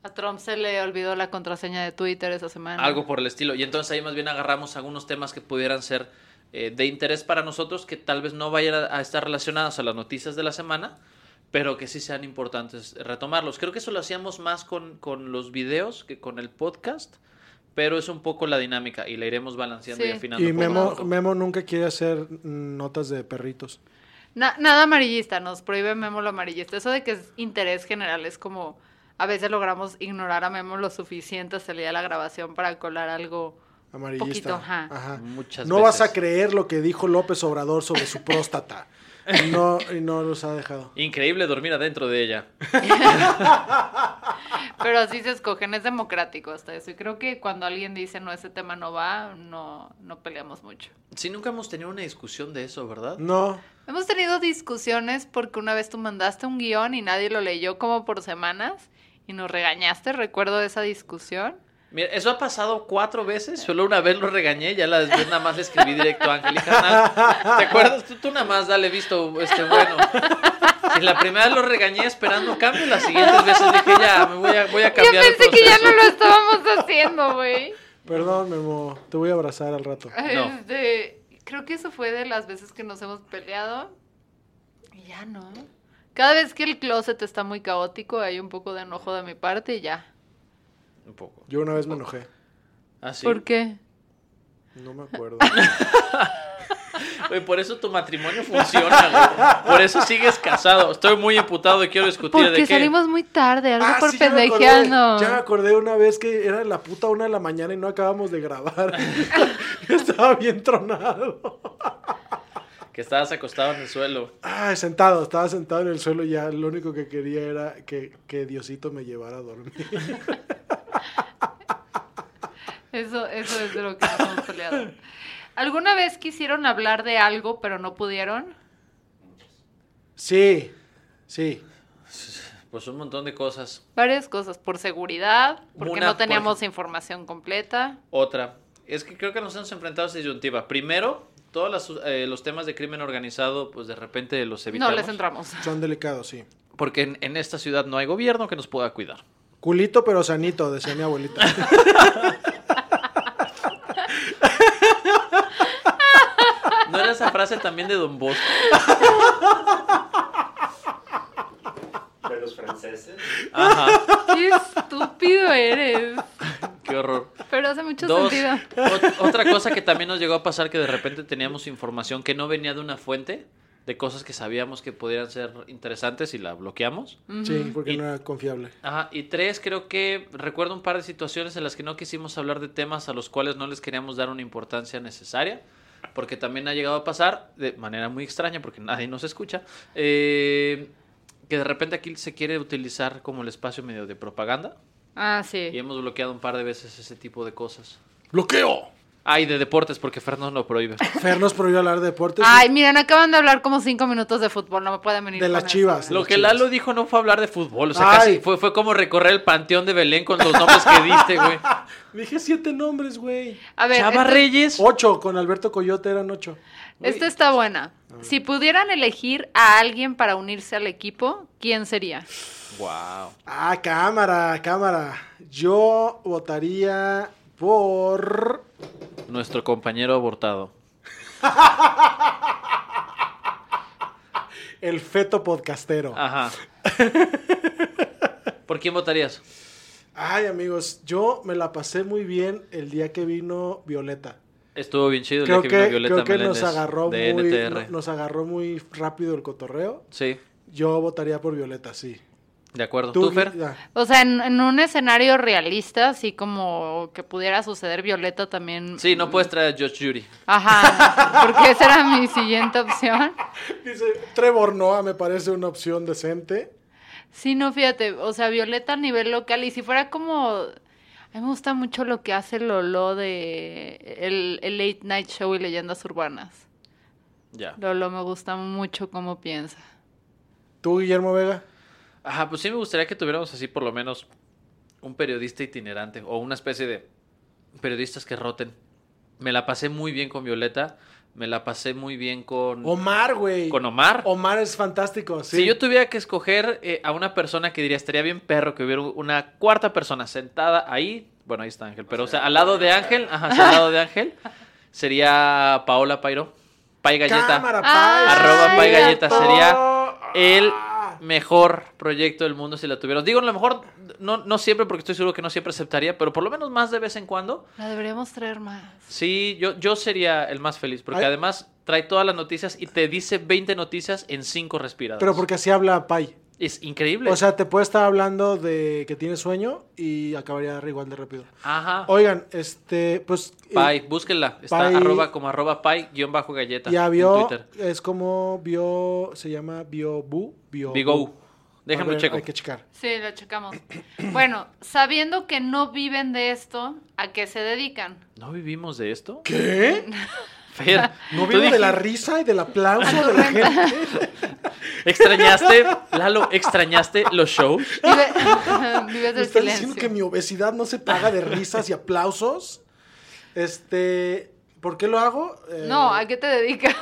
Speaker 3: A Trump se le olvidó la contraseña de Twitter esa semana.
Speaker 1: algo por el estilo. Y entonces ahí más bien agarramos algunos temas que pudieran ser eh, de interés para nosotros, que tal vez no vayan a, a estar relacionados a las noticias de la semana, pero que sí sean importantes retomarlos. Creo que eso lo hacíamos más con, con los videos que con el podcast. Pero es un poco la dinámica y la iremos balanceando y
Speaker 3: Sí.
Speaker 1: afinando.
Speaker 4: Y
Speaker 1: poco a
Speaker 4: Memo,
Speaker 1: poco.
Speaker 4: Memo nunca quiere hacer mm, notas de perritos.
Speaker 3: Na- nada amarillista, nos prohíbe Memo lo amarillista. Eso de que es interés general es como a veces logramos ignorar a Memo lo suficiente hasta el día de la grabación para colar algo
Speaker 4: amarillista.
Speaker 3: Poquito, ajá.
Speaker 1: Muchas
Speaker 4: no vas
Speaker 1: veces.
Speaker 4: a creer lo que dijo López Obrador sobre su próstata. Y no, y no los ha dejado.
Speaker 1: Increíble dormir adentro de ella.
Speaker 3: Pero así se escogen, es democrático hasta eso. Y creo que cuando alguien dice, no, ese tema no va, no, no peleamos mucho.
Speaker 1: Sí, nunca hemos tenido una discusión de eso, ¿verdad?
Speaker 4: No.
Speaker 3: Hemos tenido discusiones porque una vez tú mandaste un guión y nadie lo leyó como por semanas y nos regañaste, recuerdo esa discusión.
Speaker 1: Mira, eso ha pasado cuatro veces. Solo una vez lo regañé, ya la después nada más le escribí directo a Ángel y carnal. ¿Te acuerdas? Tú, tú nada más dale visto, este bueno. Y la primera vez lo regañé esperando cambio, las siguientes veces dije ya, me voy a, voy a
Speaker 3: Yo
Speaker 1: cambiar. el
Speaker 3: pensé que ya no
Speaker 1: proceso.
Speaker 3: lo estábamos haciendo, güey.
Speaker 4: Perdón, Memo. Te voy a abrazar al rato.
Speaker 1: No.
Speaker 3: Este, creo que eso fue de las veces que nos hemos peleado. Y ya no. Cada vez que el closet está muy caótico, hay un poco de enojo de mi parte y ya.
Speaker 1: Un poco.
Speaker 4: Yo una vez me enojé.
Speaker 1: Así.
Speaker 3: ¿Por qué?
Speaker 4: No me acuerdo.
Speaker 1: Güey, por eso tu matrimonio funciona, güey. Por eso sigues casado. Estoy muy imputado y quiero discutir de
Speaker 3: Porque
Speaker 1: qué.
Speaker 3: salimos muy tarde, algo
Speaker 4: Ah,
Speaker 3: por
Speaker 4: sí, ya me acordé.
Speaker 3: pendejeando.
Speaker 4: Ya me acordé una vez que era la puta una de la mañana y no acabamos de grabar. Yo estaba bien tronado.
Speaker 1: Que estabas acostado en el suelo.
Speaker 4: Ay, Ah, sentado, estaba sentado en el suelo y ya lo único que quería era que, que Diosito me llevara a dormir.
Speaker 3: Eso, eso es de lo que nos hemos peleado. ¿Alguna vez quisieron hablar de algo pero no pudieron?
Speaker 4: Sí, sí.
Speaker 1: Pues un montón de cosas.
Speaker 3: Varias cosas, por seguridad, porque
Speaker 1: Una,
Speaker 3: no teníamos
Speaker 1: por ej-
Speaker 3: información completa.
Speaker 1: Otra. Es que creo que nos hemos enfrentado a esa disyuntiva. Primero, todos las- eh, los temas de crimen organizado, pues de repente los evitamos.
Speaker 3: No les entramos.
Speaker 4: Son delicados, sí.
Speaker 1: Porque en, en esta ciudad no hay gobierno que nos pueda cuidar.
Speaker 4: Culito pero sanito, decía mi abuelita.
Speaker 1: ¿No era esa frase también de Don Bosco?
Speaker 5: De los franceses.
Speaker 1: Ajá.
Speaker 3: Qué estúpido eres.
Speaker 1: Qué horror.
Speaker 3: Pero hace mucho
Speaker 1: Dos,
Speaker 3: sentido.
Speaker 1: ot- otra cosa que también nos llegó a pasar que de repente teníamos información que no venía de una fuente, de cosas que sabíamos que pudieran ser interesantes y la bloqueamos.
Speaker 4: Sí, porque
Speaker 1: Y-
Speaker 4: no era confiable.
Speaker 1: Ajá, y tres, creo que recuerdo un par de situaciones en las que no quisimos hablar de temas a los cuales no les queríamos dar una importancia necesaria, porque también ha llegado a pasar, de manera muy extraña, porque nadie nos escucha, eh, que de repente aquí se quiere utilizar como el espacio medio de propaganda,
Speaker 3: Ah,
Speaker 1: y
Speaker 3: sí.
Speaker 1: hemos bloqueado un par de veces ese tipo de cosas.
Speaker 4: ¡Bloqueo!
Speaker 1: Ah, y de deportes, porque Fernando lo prohíbe.
Speaker 4: Fer nos prohibió hablar de deportes.
Speaker 3: Ay, miren, acaban de hablar como cinco minutos de fútbol, no me pueden venir.
Speaker 4: De
Speaker 3: con
Speaker 4: las
Speaker 3: eso,
Speaker 4: chivas.
Speaker 3: güey.
Speaker 1: Lo que Lalo dijo no fue hablar de fútbol, o sea,
Speaker 4: Ay.
Speaker 1: casi fue, fue como recorrer el panteón de Belén con los nombres que diste, güey.
Speaker 4: Dije siete nombres, güey.
Speaker 3: A ver, este-
Speaker 1: Chava
Speaker 3: esta,
Speaker 1: Reyes.
Speaker 4: Ocho, con Alberto Coyote eran ocho.
Speaker 3: esta está buena. Si pudieran elegir a alguien para unirse al equipo, ¿quién sería?
Speaker 1: Wow.
Speaker 4: Ah, cámara, cámara. Yo votaría por...
Speaker 1: Nuestro compañero abortado.
Speaker 4: El feto podcastero.
Speaker 1: Ajá. ¿Por quién votarías?
Speaker 4: Ay, amigos, yo me la pasé muy bien el día que vino Violeta.
Speaker 1: Estuvo bien chido el
Speaker 4: Creo
Speaker 1: día
Speaker 4: que,
Speaker 1: que vino Violeta
Speaker 4: creo que nos
Speaker 1: Meléndez
Speaker 4: agarró
Speaker 1: de
Speaker 4: muy
Speaker 1: NTR.
Speaker 4: no- nos agarró muy rápido el cotorreo.
Speaker 1: Sí,
Speaker 4: Yo votaría por Violeta, sí.
Speaker 1: de acuerdo. ¿Tú, Fer?
Speaker 4: ya.
Speaker 3: O sea, en, en un escenario realista, así como que pudiera suceder Violeta también.
Speaker 1: Sí, no puedes traer a George Jury.
Speaker 3: Ajá, porque esa era mi siguiente opción.
Speaker 4: Dice, Trevor Noah me parece una opción decente.
Speaker 3: Sí, no, fíjate, o sea, Violeta a nivel local y si fuera como... A mí me gusta mucho lo que hace Lolo de el, el Late Night Show y Leyendas Urbanas.
Speaker 1: Ya.
Speaker 3: Lolo me gusta mucho cómo piensa.
Speaker 4: ¿Tú, Guillermo Vega?
Speaker 1: Ajá, pues sí me gustaría que tuviéramos así por lo menos un periodista itinerante o una especie de periodistas que roten. Me la pasé muy bien con Violeta. Me la pasé muy bien con,
Speaker 4: Omar, güey.
Speaker 1: con Omar.
Speaker 4: Omar es fantástico, sí.
Speaker 1: Si yo tuviera que escoger eh, a una persona que diría estaría bien perro que hubiera una cuarta persona sentada ahí, bueno, ahí está Ángel, pero o sea, al lado de Ángel, ajá, sí, al lado de Ángel, sería Paola Pairo, Pai Galleta,
Speaker 4: Cámara, pay.
Speaker 3: Ah,
Speaker 1: arroba Pai
Speaker 3: Ay,
Speaker 1: Galleta,
Speaker 3: gato.
Speaker 1: sería el
Speaker 4: Ah.
Speaker 1: mejor proyecto del mundo si la tuviéramos. Digo, a lo mejor no, no siempre, porque estoy seguro que no siempre aceptaría, pero por lo menos más de vez en cuando,
Speaker 3: La deberíamos traer más.
Speaker 1: sí, yo, yo sería el más feliz, porque
Speaker 4: Ay.
Speaker 1: además trae todas las noticias y te dice 20 noticias en 5 respiradas.
Speaker 4: Pero porque así habla Pai.
Speaker 1: Es increíble.
Speaker 4: O sea, te puede estar hablando de que tienes sueño y acabaría de dar igual de rápido.
Speaker 1: Ajá.
Speaker 4: Oigan, este, pues. eh,
Speaker 1: Pai, búsquenla. Está
Speaker 4: Pai-
Speaker 1: arroba como arroba pai guión bajo galleta.
Speaker 4: Ya
Speaker 1: en
Speaker 4: vio,
Speaker 1: Twitter.
Speaker 4: es como vio, se llama Biobu. Bio
Speaker 1: Bigou. Déjame checo.
Speaker 4: oh. Hay que checar.
Speaker 3: Sí, lo checamos. Bueno, sabiendo que no viven de esto, ¿a qué se dedican?
Speaker 1: ¿No vivimos de esto?
Speaker 4: ¿Qué?
Speaker 1: Fer,
Speaker 4: ¿No
Speaker 1: tú
Speaker 4: vivo de
Speaker 1: dij-
Speaker 4: la risa y del aplauso de la gente?
Speaker 1: ¿Extrañaste, Lalo, extrañaste los shows?
Speaker 3: Vive- vives
Speaker 4: ¿Me
Speaker 3: del
Speaker 4: estás diciendo que
Speaker 3: silencio.
Speaker 4: mi obesidad no se paga de risas y aplausos? Este, ¿por qué lo hago? Eh,
Speaker 3: No, ¿a qué te dedicas?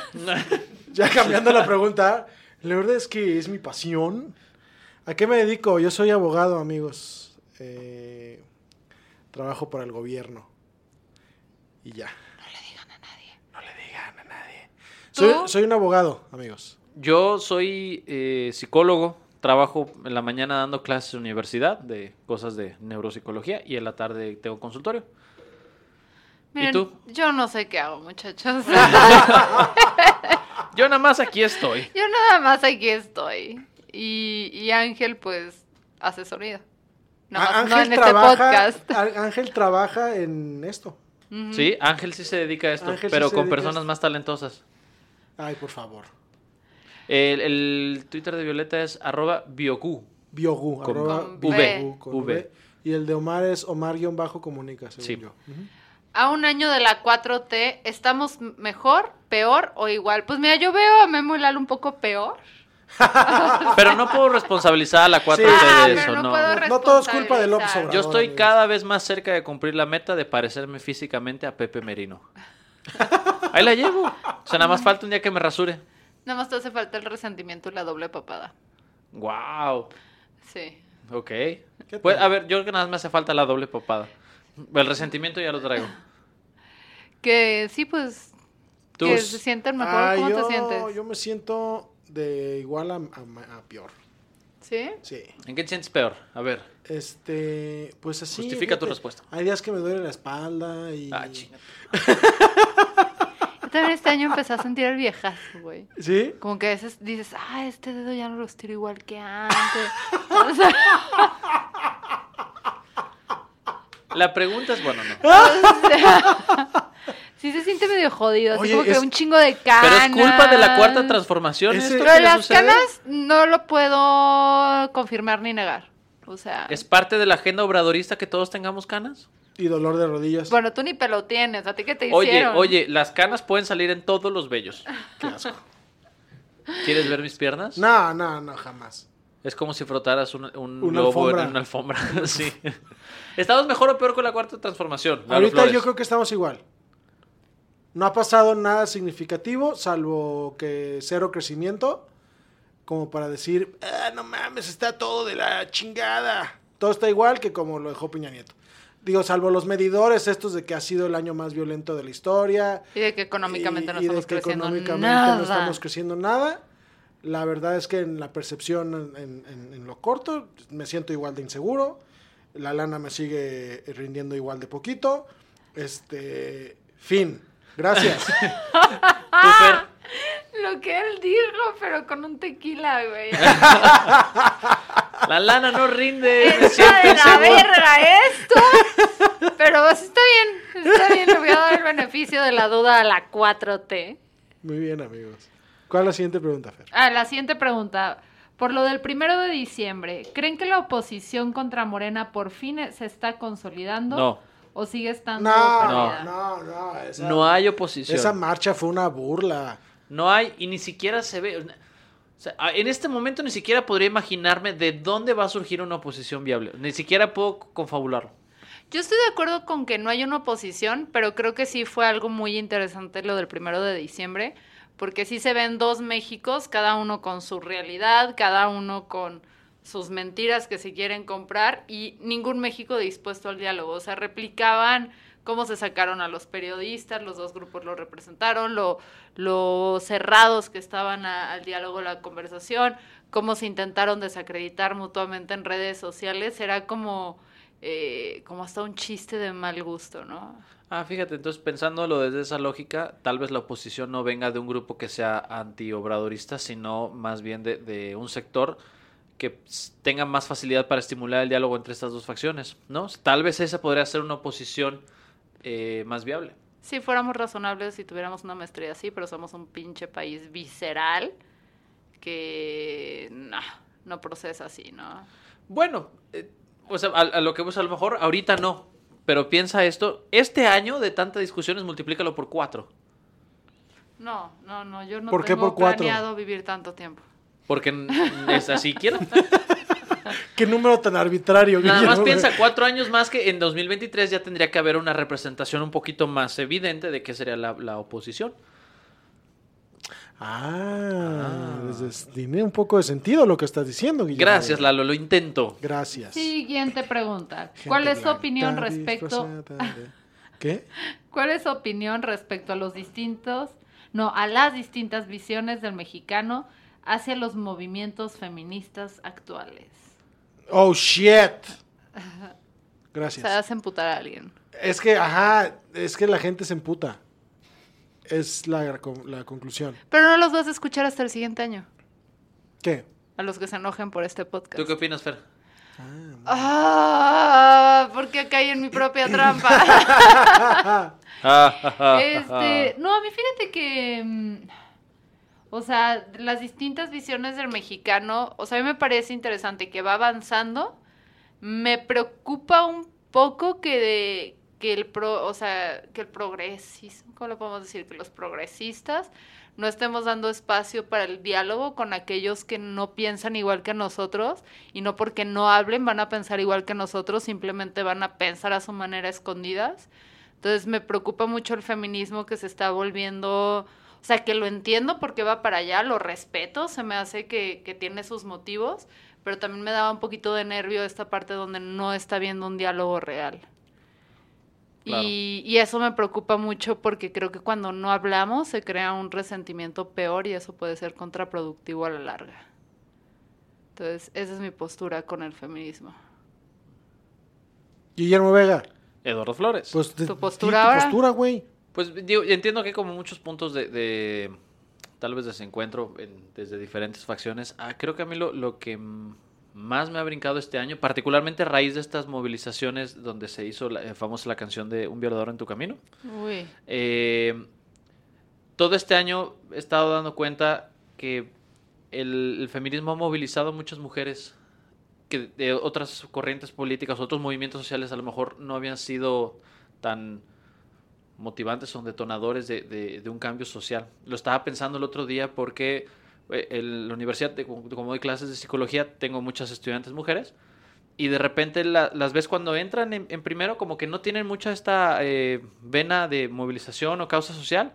Speaker 4: Ya cambiando la pregunta, la verdad es que es mi pasión. ¿A qué me dedico? Yo soy abogado, amigos. Eh, trabajo para el gobierno. Y ya. No le digan a nadie. No le digan a nadie. Soy,
Speaker 3: ¿Tú?
Speaker 4: soy un abogado, amigos.
Speaker 1: Yo soy eh, psicólogo, trabajo en la mañana dando clases en la universidad de cosas de neuropsicología y en la tarde tengo consultorio.
Speaker 3: Miren,
Speaker 1: tú?
Speaker 3: yo no sé qué hago, muchachos.
Speaker 1: Yo nada más aquí estoy.
Speaker 3: yo nada más aquí estoy. Y, y Ángel, pues, hace sonido. Nada
Speaker 4: Á-
Speaker 3: más no en este
Speaker 4: Ah, trabaja,
Speaker 3: podcast.
Speaker 4: Á- Ángel trabaja en esto.
Speaker 1: Sí, Ángel sí se dedica a esto,
Speaker 4: Ángel sí
Speaker 1: pero
Speaker 4: se
Speaker 1: con
Speaker 4: dedica a
Speaker 1: personas
Speaker 4: esto.
Speaker 1: más talentosas.
Speaker 4: Ay, por favor.
Speaker 1: El, el Twitter de Violeta es arroba biocu.
Speaker 4: Biogu.
Speaker 1: Con
Speaker 4: arroba
Speaker 3: V.
Speaker 4: Biogu, con
Speaker 1: V.
Speaker 4: V. Y el de Omar es Omar-comunica, según
Speaker 1: Sí.
Speaker 4: yo. Ujú.
Speaker 3: A un año de la 4T, ¿estamos mejor, peor o igual? Pues mira, yo veo a Memo y Lalo un poco peor.
Speaker 1: Pero no puedo responsabilizar a la 4T
Speaker 4: Sí,
Speaker 3: Ah,
Speaker 4: sí,
Speaker 1: de
Speaker 3: pero
Speaker 1: eso,
Speaker 3: no,
Speaker 1: no.
Speaker 3: puedo
Speaker 4: No todo es culpa de López
Speaker 3: responsabilizar.
Speaker 4: Obrador.
Speaker 1: Yo estoy
Speaker 4: amigos.
Speaker 1: cada vez más cerca de cumplir la meta de parecerme físicamente a Pepe Merino. Ahí la llevo. O sea, nada más falta un día que me rasure.
Speaker 3: Nada más te hace falta el resentimiento y la doble papada.
Speaker 1: Wow.
Speaker 3: Sí.
Speaker 1: Ok. Pues, a ver, yo creo que nada más me hace falta la doble papada. El resentimiento ya lo traigo.
Speaker 3: Que sí, pues,
Speaker 1: Tú.
Speaker 3: que se sienten mejor.
Speaker 4: Ay,
Speaker 3: ¿Cómo
Speaker 4: Ah, yo-
Speaker 3: te sientes?
Speaker 4: Yo me siento de igual a, a ma- a peor.
Speaker 3: ¿Sí?
Speaker 4: Sí.
Speaker 1: ¿En qué te sientes peor? A ver.
Speaker 4: Este, pues así.
Speaker 1: Justifica tu respuesta.
Speaker 4: Hay días que me duele la espalda y.
Speaker 1: Ah, chinga.
Speaker 3: Yo también este año empecé a sentir el viejazo, güey.
Speaker 4: ¿Sí?
Speaker 3: Como que a veces dices, ah, este dedo ya no lo estiro igual que antes. O sea,
Speaker 1: La pregunta es, bueno, no.
Speaker 3: Ah, sí se siente medio jodido, así
Speaker 4: Oye,
Speaker 3: como que
Speaker 4: es-
Speaker 3: un chingo de canas.
Speaker 1: Pero es culpa de la cuarta transformación.
Speaker 4: Ese-
Speaker 1: esto
Speaker 3: Pero
Speaker 1: que le
Speaker 3: las
Speaker 1: sucede.
Speaker 3: canas no lo puedo confirmar ni negar. O sea,
Speaker 1: ¿Es parte de la agenda obradorista que todos tengamos canas?
Speaker 4: Y dolor de rodillas.
Speaker 3: bueno, tú ni pelo tienes, a ti que te
Speaker 1: Oye,
Speaker 3: hicieron.
Speaker 1: oye, las canas pueden salir en todos los vellos.
Speaker 4: Qué asco.
Speaker 1: ¿Quieres ver mis piernas?
Speaker 4: No, no, no, jamás.
Speaker 1: Es como si frotaras un, un
Speaker 4: Una
Speaker 1: globo
Speaker 4: alfombra.
Speaker 1: en una alfombra. sí. ¿Estamos mejor o peor con la cuarta transformación? Lalo
Speaker 4: Ahorita
Speaker 1: Flores?
Speaker 4: yo creo que estamos igual. No ha pasado nada significativo, salvo que cero crecimiento, como para decir, ah, no mames, está todo de la chingada. Todo está igual que como lo dejó Piña Nieto. Digo, salvo los medidores estos de que ha sido el año más violento de la historia.
Speaker 3: Y de que económicamente no
Speaker 4: y de
Speaker 3: estamos
Speaker 4: que
Speaker 3: creciendo
Speaker 4: económicamente
Speaker 3: nada.
Speaker 4: no estamos creciendo nada. La verdad es que en la percepción, en, en- en lo corto, me siento igual de inseguro. La lana me sigue rindiendo igual de poquito. Este, fin. Gracias.
Speaker 1: ¿Tú,
Speaker 3: Ah.
Speaker 1: Fer?
Speaker 3: Lo que él dijo, pero con un tequila, güey.
Speaker 1: La lana no rinde. me
Speaker 3: Está
Speaker 1: siento
Speaker 3: de la
Speaker 1: inseguro.
Speaker 3: verga esto. Pero pues, está bien, está bien, le voy a dar el beneficio de la duda a la 4T.
Speaker 4: Muy bien, amigos. ¿Cuál es la siguiente pregunta, Fer?
Speaker 3: Ah, la siguiente pregunta. Por lo del primero de diciembre, ¿creen que la oposición contra Morena por fin se está consolidando?
Speaker 1: No.
Speaker 3: ¿O sigue estando
Speaker 4: No,
Speaker 3: perdida?
Speaker 4: no, no. Esa,
Speaker 1: No hay oposición.
Speaker 4: esa marcha fue una burla.
Speaker 1: No hay y ni siquiera se ve. O sea, a- en este momento ni siquiera podría imaginarme de dónde va a surgir una oposición viable. Ni siquiera puedo confabularlo.
Speaker 3: Yo estoy de acuerdo con que no hay una oposición, pero creo que sí fue algo muy interesante lo del primero de diciembre, porque sí se ven dos Méxicos, cada uno con su realidad, cada uno con sus mentiras que se quieren comprar y ningún México dispuesto al diálogo. O sea, replicaban cómo se sacaron a los periodistas, los dos grupos lo representaron, lo, lo cerrados que estaban a- al diálogo, la conversación, cómo se intentaron desacreditar mutuamente en redes sociales. Era como eh, como hasta un chiste de mal gusto, ¿no?
Speaker 1: Ah, fíjate, entonces pensándolo desde esa lógica, tal vez la oposición no venga de un grupo que sea antiobradorista, sino más bien de, de un sector que s- tenga más facilidad para estimular el diálogo entre estas dos facciones, ¿no? Tal vez esa podría ser una oposición eh, más viable.
Speaker 3: Si fuéramos razonables si tuviéramos una maestría así, pero somos un pinche país visceral que no, no procesa así, ¿no?
Speaker 1: Bueno, eh, o sea, a, a lo que vemos a lo mejor ahorita no, pero piensa esto, este año de tantas discusiones multiplícalo por cuatro,
Speaker 3: No, no, no, yo no
Speaker 4: ¿Por qué
Speaker 3: tengo
Speaker 4: por cuatro?
Speaker 3: planeado vivir tanto tiempo.
Speaker 1: porque n- es así quiero.
Speaker 4: Qué número tan arbitrario.
Speaker 1: Nada más
Speaker 4: Guillermo, güey.
Speaker 1: piensa cuatro años más que en 2023 ya tendría que haber una representación un poquito más evidente de qué sería la, la oposición.
Speaker 4: Ah, desde- tiene un poco de sentido lo que estás diciendo, Guillermo.
Speaker 1: Gracias, Lalo, lo intento.
Speaker 4: Gracias.
Speaker 3: Siguiente pregunta. ¿Cuál
Speaker 4: Gente
Speaker 3: es tu
Speaker 4: blanca
Speaker 3: opinión respecto
Speaker 4: disfrazada de- ¿Qué?
Speaker 3: ¿Cuál es su opinión respecto a los distintos, no, a las distintas visiones del mexicano hacia los movimientos feministas actuales?
Speaker 4: Oh, shit.
Speaker 3: O
Speaker 4: Gracias.
Speaker 3: sea, hace emputar a alguien.
Speaker 4: Es que, ajá, es que la gente se emputa. Es la, la conclusión.
Speaker 3: Pero no los vas a escuchar hasta el siguiente año,
Speaker 4: ¿Qué?
Speaker 3: a los que se enojen por este podcast.
Speaker 1: ¿Tú qué opinas, Fer?
Speaker 3: Ah, porque caí en mi propia trampa.
Speaker 1: Ah,
Speaker 3: este, no, a mí fíjate que, mm, o sea, las distintas visiones del mexicano, o sea, a mí me parece interesante que va avanzando. Me preocupa un poco que de- que el pro, o sea, que el progresismo, ¿cómo lo podemos decir? Que los progresistas no estemos dando espacio para el diálogo con aquellos que no piensan igual que nosotros y no porque no hablen van a pensar igual que nosotros, simplemente van a pensar a su manera a escondidas. Entonces me preocupa mucho el feminismo que se está volviendo, o sea, que lo entiendo porque va para allá, lo respeto, se me hace que, que tiene sus motivos, pero también me daba un poquito de nervio esta parte donde no está viendo un diálogo real.
Speaker 1: Claro.
Speaker 3: Y, y eso me preocupa mucho porque creo que cuando no hablamos se crea un resentimiento peor y eso puede ser contraproductivo a la larga. Entonces, esa es mi postura con el feminismo.
Speaker 4: Guillermo Vega.
Speaker 1: Eduardo Flores. Pues,
Speaker 4: Pues, de-
Speaker 3: ¿Tu
Speaker 4: di
Speaker 3: postura
Speaker 4: tu
Speaker 3: ahora?
Speaker 4: postura, güey.
Speaker 1: digo, entiendo que hay como muchos puntos de, de- tal vez desencuentro en- desde diferentes facciones. Ah, creo que a mí lo, lo que mm, más me ha brincado este año, particularmente a raíz de estas movilizaciones donde se hizo la, eh, famosa la canción de Un violador en tu camino.
Speaker 3: Uy.
Speaker 1: Eh, todo este año he estado dando cuenta que el, el feminismo ha movilizado a muchas mujeres que de otras corrientes políticas, otros movimientos sociales a lo mejor no habían sido tan motivantes o detonadores de, de- de un cambio social. Lo estaba pensando el otro día porque eh, en la universidad, de- como doy clases de psicología, tengo muchas estudiantes mujeres y de repente la- las ves cuando entran en, en primero como que no tienen mucha esta eh, vena de movilización o causa social,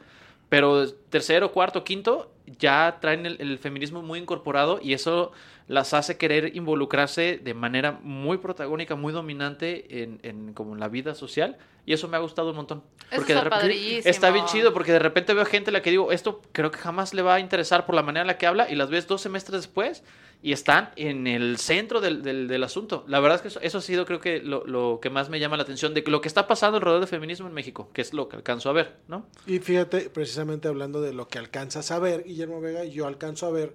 Speaker 1: pero tercero, cuarto, quinto ya traen el, el feminismo muy incorporado y eso las hace querer involucrarse de manera muy protagónica, muy dominante en, en como en la vida social y eso me ha gustado un montón.
Speaker 3: Eso
Speaker 1: de
Speaker 3: está
Speaker 1: repente, está bien
Speaker 3: padrísimo.
Speaker 1: chido porque de repente veo gente a la que digo, esto creo que jamás le va a interesar por la manera en la que habla y las ves dos semestres después y están en el centro del, del- del asunto. La verdad es que eso, eso ha sido creo que lo, lo que más me llama la atención de lo que está pasando alrededor del feminismo en México, que es lo que alcanzo a ver, ¿no?
Speaker 4: Y fíjate, precisamente hablando de lo que alcanzas a ver, Guillermo Vega, yo alcanzo a ver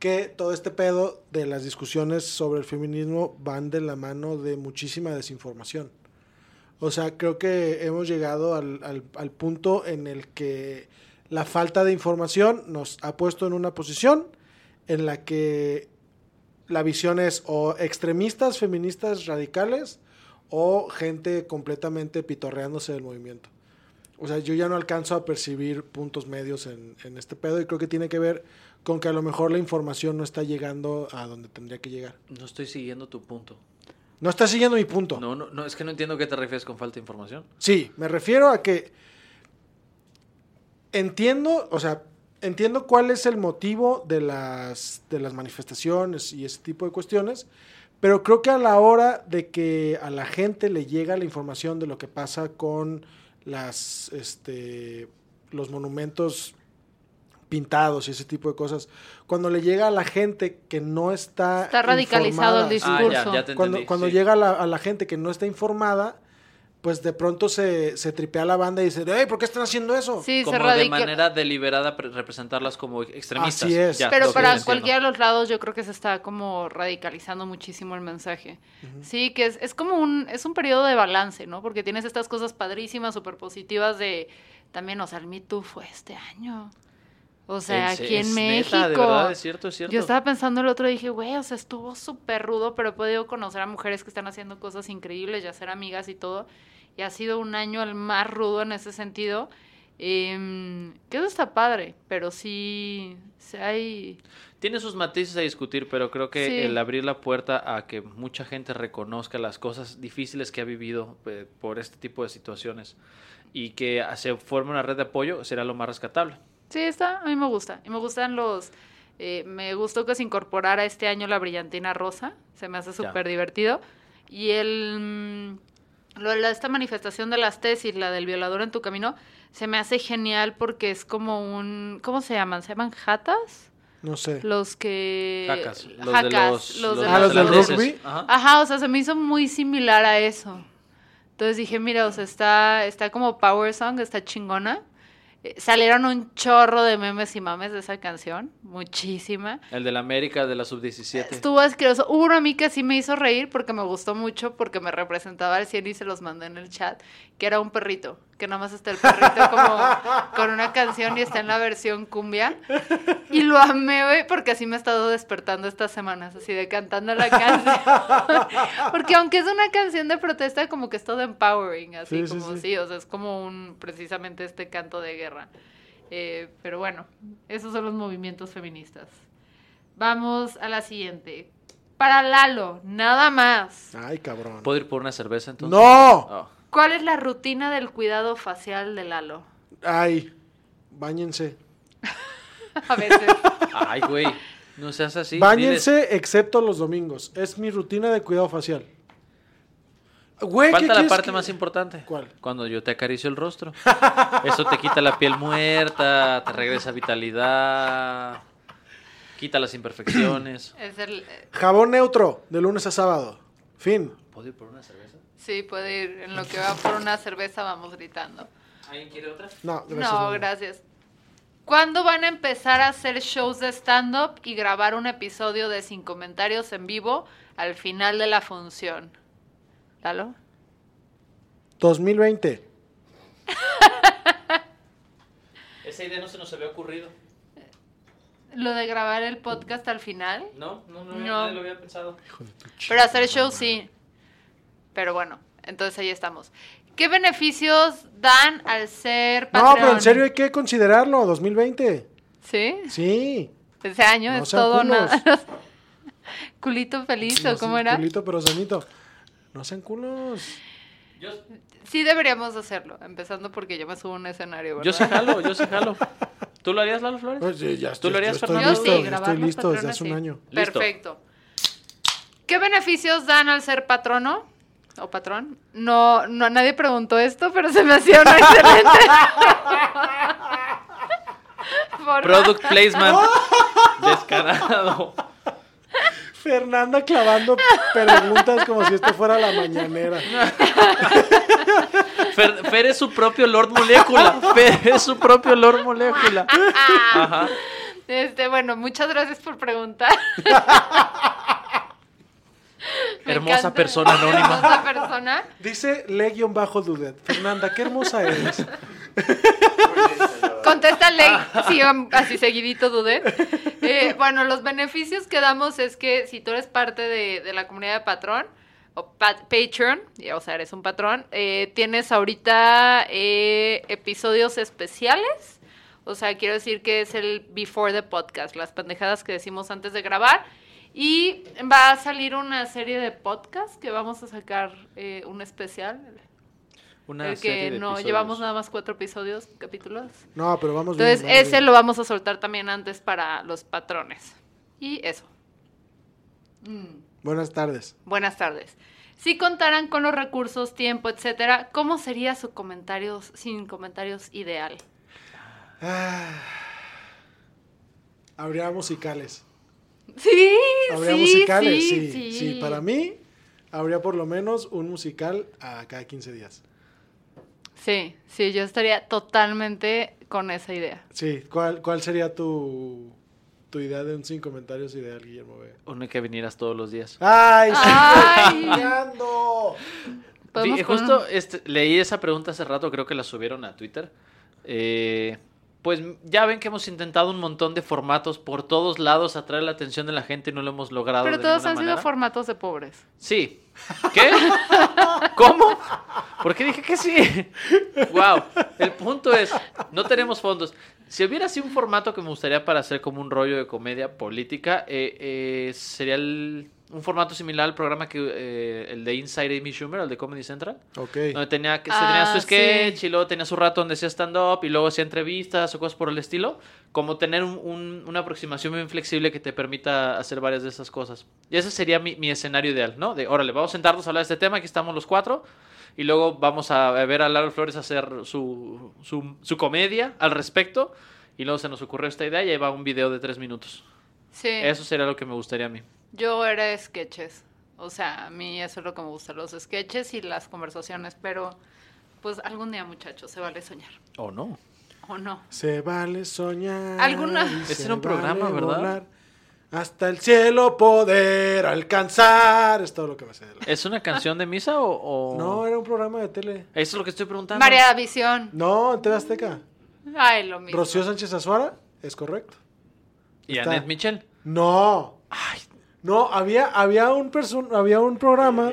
Speaker 4: que todo este pedo de las discusiones sobre el feminismo van de la mano de muchísima desinformación. O sea, creo que hemos llegado al, al- al punto en el que la falta de información nos ha puesto en una posición en la que la visión es o extremistas, feministas radicales o gente completamente pitorreándose del movimiento. O sea, yo ya no alcanzo a percibir puntos medios en, en este pedo y creo que tiene que ver con que a lo mejor la información no está llegando a donde tendría que llegar.
Speaker 1: No estoy siguiendo tu punto.
Speaker 4: No está siguiendo mi punto.
Speaker 1: No, no, no, es que no entiendo a qué te refieres con falta de información.
Speaker 4: Sí, me refiero a que entiendo, o sea, entiendo cuál es el motivo de las, de las manifestaciones y ese tipo de cuestiones, pero creo que a la hora de que a la gente le llega la información de lo que pasa con las, este, los monumentos pintados y ese tipo de cosas, cuando le llega a la gente que no está...
Speaker 3: Está radicalizado el
Speaker 4: informada-
Speaker 3: discurso.
Speaker 1: Ah, ya, ya te entendí.
Speaker 4: cuando, cuando
Speaker 1: sí.
Speaker 4: llega a la, a la gente que no está informada, pues de pronto se, se tripea la banda y dice, hey, ¿por qué están haciendo eso?
Speaker 3: Sí, se
Speaker 1: como de
Speaker 3: radica.
Speaker 1: manera deliberada pre- representarlas como extremistas.
Speaker 4: Así es.
Speaker 1: Ya,
Speaker 3: Pues, Pero
Speaker 1: lo que
Speaker 3: para
Speaker 1: entiendo.
Speaker 3: cualquiera de los lados yo creo que se está como radicalizando muchísimo el mensaje. Sí, que es, es como un, es un periodo de balance, ¿no? Porque tienes estas cosas padrísimas, súper positivas de también, o sea, el Me Too fue este año. O sea,
Speaker 1: Es-
Speaker 3: aquí
Speaker 1: es
Speaker 3: en México.
Speaker 1: neta, de verdad, es cierto, es cierto.
Speaker 3: Yo estaba pensando el otro día y dije, güey, o sea, estuvo súper rudo, pero he podido conocer a mujeres que están haciendo cosas increíbles y hacer amigas y todo. Y ha sido un año el más rudo en ese sentido. Em, que eso está padre, pero sí, sí hay...
Speaker 1: Tiene sus matices a discutir, pero creo que
Speaker 3: Sí.
Speaker 1: el abrir la puerta a que mucha gente reconozca las cosas difíciles que ha vivido eh, por este tipo de situaciones y que se forme una red de apoyo será lo más rescatable.
Speaker 3: Sí, está, a mí me gusta. Y me gustan los... eh, me gustó que se incorporara este año la brillantina rosa. Se me hace
Speaker 1: Ya.
Speaker 3: súper divertido. Y el... mm, lo de la- esta manifestación de las tesis, la del violador en tu camino, se me hace genial porque es como un... ¿Cómo se llaman? ¿Se llaman jatas?
Speaker 4: No sé.
Speaker 3: Los que...
Speaker 1: Jacas, los de
Speaker 3: Eh, Jacas,
Speaker 1: los,
Speaker 3: los de Ah.
Speaker 4: Ah, los del
Speaker 3: holandeses.
Speaker 4: rugby.
Speaker 1: Ajá.
Speaker 3: Ajá, o sea, se me hizo muy similar a eso. Entonces dije, mira, o sea, está, está como Power Song, está chingona. Eh, salieron un chorro de memes y mames de esa canción, muchísima.
Speaker 1: El del América de la sub-17.
Speaker 3: Estuvo asqueroso. Hubo uno a mí que sí me hizo reír porque me gustó mucho, porque me representaba al 100 y se los mandé en el chat, que era un perrito, que nada más está el perrito como con una canción y está en la versión cumbia. Y lo amé, güey, porque así me he estado despertando estas semanas, así de cantando la canción. porque aunque es una canción de protesta, como que es todo empowering,
Speaker 4: Sí,
Speaker 3: así
Speaker 4: sí,
Speaker 3: como
Speaker 4: sí.
Speaker 3: sí, o sea, es como un, precisamente este canto de guerra. Eh, pero bueno, esos son los movimientos feministas. Vamos a la siguiente. Para Lalo, nada más.
Speaker 4: Ay, cabrón.
Speaker 1: ¿Puedo ir por una cerveza Pues, entonces?
Speaker 4: ¡No!
Speaker 1: Oh.
Speaker 3: ¿Cuál es la rutina del cuidado facial de Lalo?
Speaker 4: Ay, bañense.
Speaker 3: A veces.
Speaker 1: Ay, güey. No seas así.
Speaker 4: Báñense
Speaker 1: diles.
Speaker 4: excepto los domingos. Es mi rutina de cuidado facial. Güey, ¿qué
Speaker 1: Falta la
Speaker 4: quieres
Speaker 1: parte
Speaker 4: que-
Speaker 1: más importante.
Speaker 4: ¿Cuál?
Speaker 1: Cuando yo te acaricio el rostro. Eso te quita la piel muerta, te regresa vitalidad, quita las imperfecciones.
Speaker 3: Es el, eh,
Speaker 4: Jabón neutro, de lunes a sábado. Fin.
Speaker 1: ¿Puedo ir por una cerveza?
Speaker 3: sí, puede ir. En lo que va por una cerveza vamos gritando.
Speaker 1: ¿Alguien quiere otra?
Speaker 4: No, gracias.
Speaker 3: No,
Speaker 4: no.
Speaker 3: gracias. ¿Cuándo van a empezar a hacer shows de stand-up y grabar un episodio de Sin Comentarios en vivo al final de la función? ¿Lalo?
Speaker 4: 2020.
Speaker 1: Esa idea no se nos había ocurrido.
Speaker 3: ¿Lo de grabar el podcast al final?
Speaker 1: No, no,
Speaker 3: había- No. nadie lo
Speaker 1: había pensado.
Speaker 3: Pero hacer show sí. Pero bueno, entonces ahí estamos. ¿Qué beneficios dan al ser
Speaker 4: No,
Speaker 3: Patreon?
Speaker 4: pero en serio hay que considerarlo. 2020.
Speaker 3: ¿Sí,
Speaker 4: Sí.
Speaker 3: ese año
Speaker 4: No
Speaker 3: es
Speaker 4: sean
Speaker 3: todo
Speaker 4: culos.
Speaker 3: nada. Culito feliz, ¿o
Speaker 4: No
Speaker 3: ¿cómo
Speaker 4: sean
Speaker 3: era?
Speaker 4: Culito, pero sanito. No sean culos.
Speaker 3: Sí deberíamos hacerlo, empezando porque yo me subo a un escenario, ¿verdad?
Speaker 1: Yo sí jalo, yo sí jalo. ¿Tú lo harías, Lalo Flores?
Speaker 4: Pues, eh, ya
Speaker 1: ¿Tú lo harías,
Speaker 4: yo
Speaker 1: Fernando?
Speaker 3: Yo
Speaker 4: Estoy
Speaker 3: sí,
Speaker 4: listo,
Speaker 3: grabar
Speaker 4: estoy
Speaker 3: los
Speaker 4: listo desde
Speaker 3: patrones,
Speaker 4: hace
Speaker 3: sí.
Speaker 4: un año.
Speaker 1: Listo.
Speaker 3: Perfecto. ¿Qué beneficios dan al ser patrono o patrón? No, no nadie preguntó esto, pero se me hacía una excelente. forma.
Speaker 1: Product placement. Descarado.
Speaker 4: Fernanda clavando preguntas como si esto fuera la mañanera.
Speaker 1: Fer, Fer es su propio Lord Molécula. Fer es su propio Lord Molécula. Ajá.
Speaker 3: Este, bueno, muchas gracias por preguntar. Me
Speaker 1: Hermosa
Speaker 3: encanta.
Speaker 1: persona anónima.
Speaker 3: Hermosa persona.
Speaker 4: Dice le-dudet. Fernanda, qué hermosa eres.
Speaker 3: Contéstale,
Speaker 1: Ah.
Speaker 3: sí, am- así seguidito dudé. Eh, bueno, los beneficios que damos es que si tú eres parte de, de la comunidad de patrón, o pat- Patreon, y, o sea, eres un patrón, eh, tienes ahorita eh, episodios especiales. O sea, quiero decir que es el before the podcast, las pendejadas que decimos antes de grabar. Y va a salir una serie de podcasts que vamos a sacar eh, un especial.
Speaker 1: Una
Speaker 3: el
Speaker 1: serie
Speaker 3: que
Speaker 1: de
Speaker 3: no
Speaker 1: episodios.
Speaker 3: llevamos nada más cuatro episodios, capítulos.
Speaker 4: No, pero vamos bien,
Speaker 3: Entonces,
Speaker 4: vamos
Speaker 3: ese
Speaker 4: bien.
Speaker 3: lo vamos a soltar también antes para los patrones. Y eso. Mm,
Speaker 4: Buenas tardes.
Speaker 3: buenas tardes. Si contaran con los recursos, tiempo, etcétera, ¿cómo sería su comentarios sin comentarios ideal?
Speaker 4: Ah, Habría musicales.
Speaker 3: Sí,
Speaker 4: Habría
Speaker 3: sí,
Speaker 4: musicales,
Speaker 3: sí,
Speaker 4: sí, sí. Para mí, habría por lo menos un musical a cada 15 días.
Speaker 3: Sí, sí, yo estaría totalmente con esa idea.
Speaker 4: Sí, ¿cuál, cuál sería tu, tu idea de un sin comentarios ideal, Guillermo Vega?
Speaker 1: Uno que vinieras todos los días.
Speaker 4: ¡Ay,
Speaker 3: Ay.
Speaker 4: sí, ando!
Speaker 3: Podemos
Speaker 1: Vi-
Speaker 3: con
Speaker 1: justo este, leí esa pregunta hace rato, creo que la subieron a Twitter. Eh, pues ya ven que hemos intentado un montón de formatos por todos lados atraer la atención de la gente y no lo hemos logrado.
Speaker 3: Pero
Speaker 1: de
Speaker 3: todos
Speaker 1: ninguna
Speaker 3: han sido
Speaker 1: manera.
Speaker 3: formatos de pobres.
Speaker 1: Sí. ¿Qué? ¿Cómo? ¿Por qué dije que sí? Wow. El punto es, no tenemos fondos. Si hubiera así un formato que me gustaría para hacer como un rollo de comedia política, eh, eh, sería el- un formato similar al programa que eh, el de Inside Amy Schumer, el de Comedy Central.
Speaker 4: Ok.
Speaker 1: Donde tenía, que,
Speaker 3: Ah,
Speaker 1: se tenía su sketch
Speaker 3: sí.
Speaker 1: y luego tenía su rato donde hacía stand-up y luego hacía entrevistas o cosas por el estilo. Como tener un- un- una aproximación bien flexible que te permita hacer varias de esas cosas. Y ese sería mi, mi escenario ideal, ¿no? De, órale, vamos a sentarnos a hablar de este tema, aquí estamos los cuatro. Y luego vamos a ver a Lalo Flores hacer su, su, su comedia al respecto. Y luego se nos ocurrió esta idea y ahí va un video de tres minutos.
Speaker 3: Sí.
Speaker 1: Eso sería lo que me gustaría a mí.
Speaker 3: Yo era de sketches. O sea, a mí eso es lo que me gusta, los sketches y las conversaciones. Pero, pues algún día, muchachos, se vale soñar.
Speaker 1: ¿O no?
Speaker 3: ¿O no?
Speaker 4: Se vale soñar.
Speaker 3: Alguna-
Speaker 4: y
Speaker 1: Ese
Speaker 4: se
Speaker 1: era un programa, ¿verdad?
Speaker 4: hasta el cielo poder alcanzar. Es todo lo que me sé de la-
Speaker 1: ¿Es una canción de misa o...? o-
Speaker 4: No, era un programa de tele.
Speaker 1: Eso es lo que estoy preguntando.
Speaker 3: María Visión.
Speaker 4: No, en TV Azteca.
Speaker 3: Mm, Ay, lo mismo.
Speaker 4: Rocío Sánchez Azuara, es correcto.
Speaker 1: Y
Speaker 4: Está.
Speaker 1: Annette Michel.
Speaker 4: No. No, había, había, un perso- había un programa.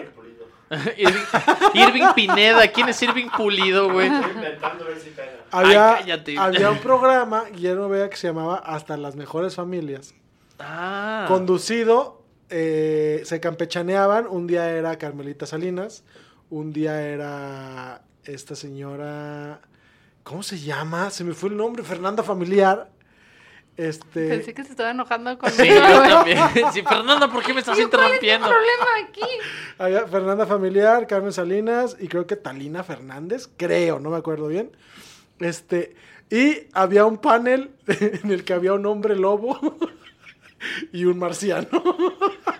Speaker 1: Irving, Irving Pineda, ¿quién es Irving Pulido, güey?
Speaker 5: Intentando ver si pega.
Speaker 4: Había,
Speaker 1: cállate.
Speaker 4: había un programa, Guillermo Vega, que se llamaba Hasta las mejores familias.
Speaker 1: Ah,
Speaker 4: Conducido, eh, se campechaneaban. Un día era Carmelita Salinas. Un día era esta señora. ¿Cómo se llama? Se me fue el nombre, Fernanda Familiar. Este.
Speaker 3: Pensé que se estaba enojando con
Speaker 1: sí, yo también. Sí, Fernanda, ¿por qué me estás
Speaker 3: Yo, ¿cuál es tu
Speaker 1: interrumpiendo?
Speaker 3: problema aquí?
Speaker 4: Había Fernanda Familiar, Carmen Salinas y creo que Talina Fernández, creo, no me acuerdo bien. Este, y había un panel en el que había un hombre lobo y un marciano.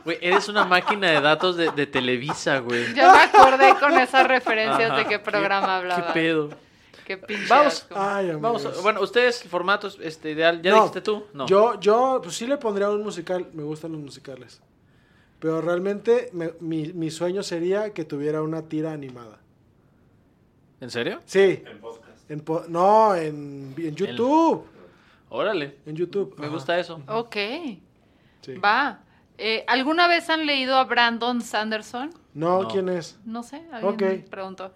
Speaker 1: Güey, eres una máquina de datos de, de Televisa, güey.
Speaker 3: Ya me acordé con esas referencias
Speaker 1: Ajá.
Speaker 3: de qué programa hablaba.
Speaker 1: ¿Qué pedo?
Speaker 3: Qué pinche
Speaker 1: Vamos.
Speaker 3: asco.
Speaker 4: Ay, amigos.
Speaker 1: Vamos, bueno, ustedes, formatos este, ideal, ¿ya
Speaker 4: No,
Speaker 1: dijiste tú? No.
Speaker 4: Yo, yo, pues sí le pondría un musical, me gustan los musicales. Pero realmente me- mi, mi sueño sería que tuviera una tira animada.
Speaker 1: ¿En serio?
Speaker 4: Sí,
Speaker 5: En podcast.
Speaker 4: en po- no, en, en YouTube.
Speaker 1: Órale.
Speaker 4: En YouTube.
Speaker 1: Me
Speaker 4: ajá,
Speaker 1: gusta eso.
Speaker 3: Ok,
Speaker 4: sí.
Speaker 3: va. Eh, ¿Alguna vez han leído a Brandon Sanderson?
Speaker 4: No,
Speaker 1: No.
Speaker 4: ¿quién es?
Speaker 3: No sé, alguien
Speaker 4: Ok.
Speaker 3: preguntó.